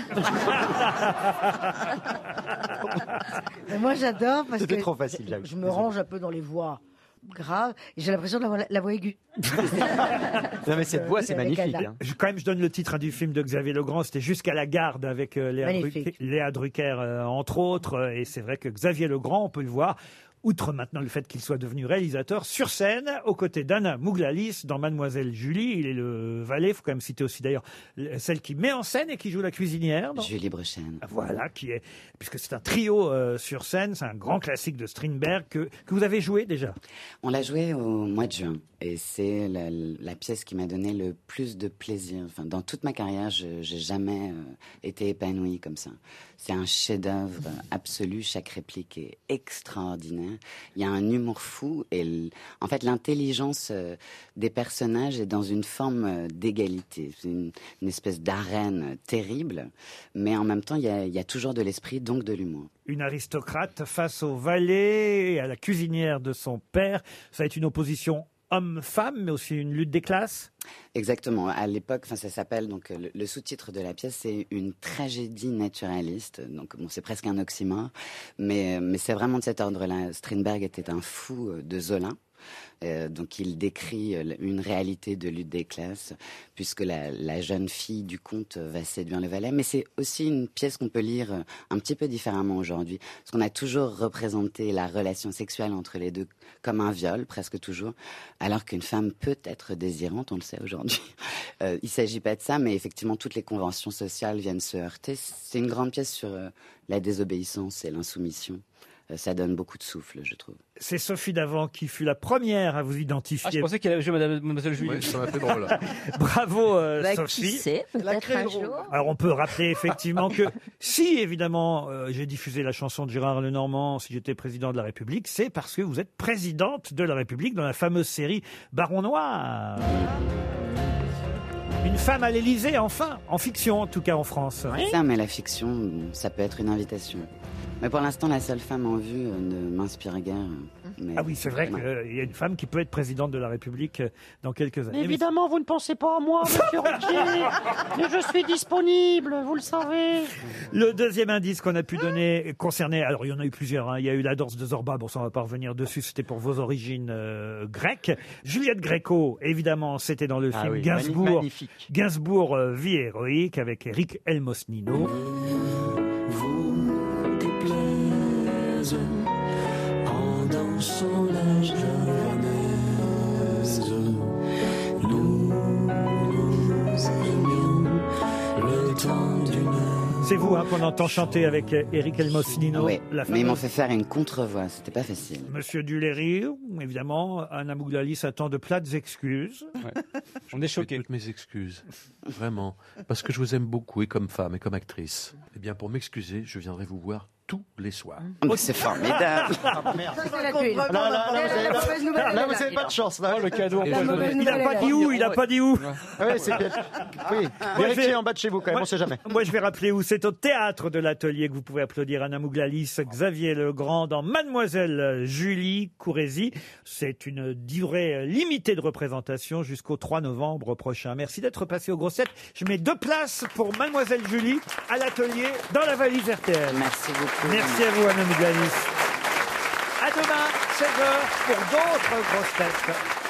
F: Et moi, j'adore parce
E: C'était
F: que
E: trop facile,
F: je,
E: j'avoue.
F: je me range un peu dans les voix graves et j'ai l'impression d'avoir la, la voix aiguë.
E: Non, mais cette voix, c'est
F: Avec
E: magnifique.
F: Adam.
E: hein.
B: Je- quand même, je donne le titre hein, du film de Xavier Legrand. C'était Jusqu'à la garde avec euh, Léa,
F: Magnifique.
B: Drucker, Léa Drucker, euh, entre autres. Euh, Et c'est vrai que Xavier Legrand, on peut le voir, outre maintenant le fait qu'il soit devenu réalisateur, sur scène, aux côtés d'Anna Mouglalis dans Mademoiselle Julie. Il est le valet. Il faut quand même citer aussi d'ailleurs l- celle qui met en scène et qui joue la cuisinière. dans-
T: Julie Brechen.
B: Voilà, qui est, puisque c'est un trio euh, sur scène, c'est un grand classique de Strindberg que, que vous avez joué déjà.
T: On l'a joué au mois de juin et c'est la, la pièce qui m'a donné le plus de plaisir. Enfin, dans toute ma carrière, je j'ai jamais euh, été épanouie comme ça. C'est un chef-d'œuvre absolu. Chaque réplique est extraordinaire. Il y a un humour fou et l- en fait l'intelligence euh, des personnages est dans une forme euh, d'égalité. C'est une, une espèce d'arène terrible, mais en même temps il y a- il y a toujours de l'esprit, donc de l'humour.
B: Une aristocrate face au valet et à la cuisinière de son père. Ça va être une opposition homme-femme, mais aussi une lutte des classes.
T: Exactement. À l'époque, enfin, ça s'appelle donc euh, le, le sous-titre de la pièce, c'est une tragédie naturaliste. Donc, bon, c'est presque un oxymore, mais mais c'est vraiment de cet ordre-là. Strindberg était un fou euh, de Zola. Euh, donc il décrit euh, une réalité de lutte des classes, puisque la, la jeune fille du comte euh, va séduire le valet. Mais c'est aussi une pièce qu'on peut lire euh, un petit peu différemment aujourd'hui, parce qu'on a toujours représenté la relation sexuelle entre les deux comme un viol, presque toujours, alors qu'une femme peut être désirante, on le sait aujourd'hui. Euh, il s'agit pas de ça, mais effectivement, toutes les conventions sociales viennent se heurter. C'est une grande pièce sur euh, la désobéissance et l'insoumission. Euh, ça donne beaucoup de souffle, je trouve.
B: C'est Sophie Davant qui fut la première à vous identifier.
D: Ah, je pensais qu'elle avait joué Madame- Mademoiselle Julie.
B: Ouais, ça m'a fait [laughs] drôle. Bravo euh,
J: Bah,
B: Sophie.
J: qui sait, peut-être un jour.
B: Alors on peut rappeler effectivement que [laughs] si évidemment euh, j'ai diffusé la chanson de Gérard Lenormand si j'étais président de la République, c'est parce que vous êtes présidente de la République dans la fameuse série Baron Noir. Une femme à l'Élysée enfin, en fiction en tout cas en France.
T: Ça, mais la fiction, bon, ça peut être une invitation. Mais pour l'instant, la seule femme en vue euh, ne m'inspire guère. euh, Mais-
B: Ah oui, c'est vrai
T: Non.
B: qu'il y a une femme qui peut être présidente de la République euh, dans quelques années.
U: Évidemment, vous ne pensez pas à moi, monsieur Ruquier, mais je suis disponible, vous le savez.
B: Le deuxième indice qu'on a pu donner concernait, alors il y en a eu plusieurs, hein. il y a eu la danse de Zorba, bon ça on va pas revenir dessus, c'était pour vos origines euh, grecques. Juliette Gréco, évidemment, c'était dans le
E: Ah
B: film
E: oui,
B: Gainsbourg.
E: magnifique.
B: Gainsbourg, euh, vie héroïque avec Eric Elmosnino.
C: déplaise en dansant la javanaise. Nous nous aimions le temps d'une
B: C'est C'est vous hein, qu'on entend chanter avec euh, Eric Elmosinino.
T: Oui,
B: la
T: mais ils m'ont
B: fameuse-
T: fait faire une contrevoix, c'était pas facile.
B: Monsieur Duléry, évidemment, Anna Mouglalis attend de plates excuses.
H: On est choqué. Toutes mes excuses, vraiment, parce que je vous aime beaucoup et comme femme et comme actrice. Eh bien, pour m'excuser, je viendrai vous voir tous les soirs.
T: c'est formidable.
C: Là, là, là, vous avez-
F: La
E: Là,
F: mauvaise nouvelle, elle est
E: vous
F: Ah, là.
E: n'avez pas de chance. Là.
D: le cadeau.
B: La mauvaise Il a nouvelle, pas elle est dit là. où, il a pas dit où.
E: Ah oui, c'est bien. Oui, vérifiez en bas de chez vous quand même, on sait jamais.
B: Moi, je vais rappeler où c'est au théâtre de l'atelier que vous pouvez applaudir Anna Mouglalis, Xavier Legrand dans Mademoiselle Julie Courézy. C'est une durée limitée de représentation jusqu'au 3 novembre prochain. Merci d'être passé aux grossettes. Je mets deux places pour Mademoiselle Julie à l'atelier dans la valise RTL.
T: Merci beaucoup.
B: Merci à vous, Anna Mouglalis. À demain, 16h, pour d'autres grosses têtes.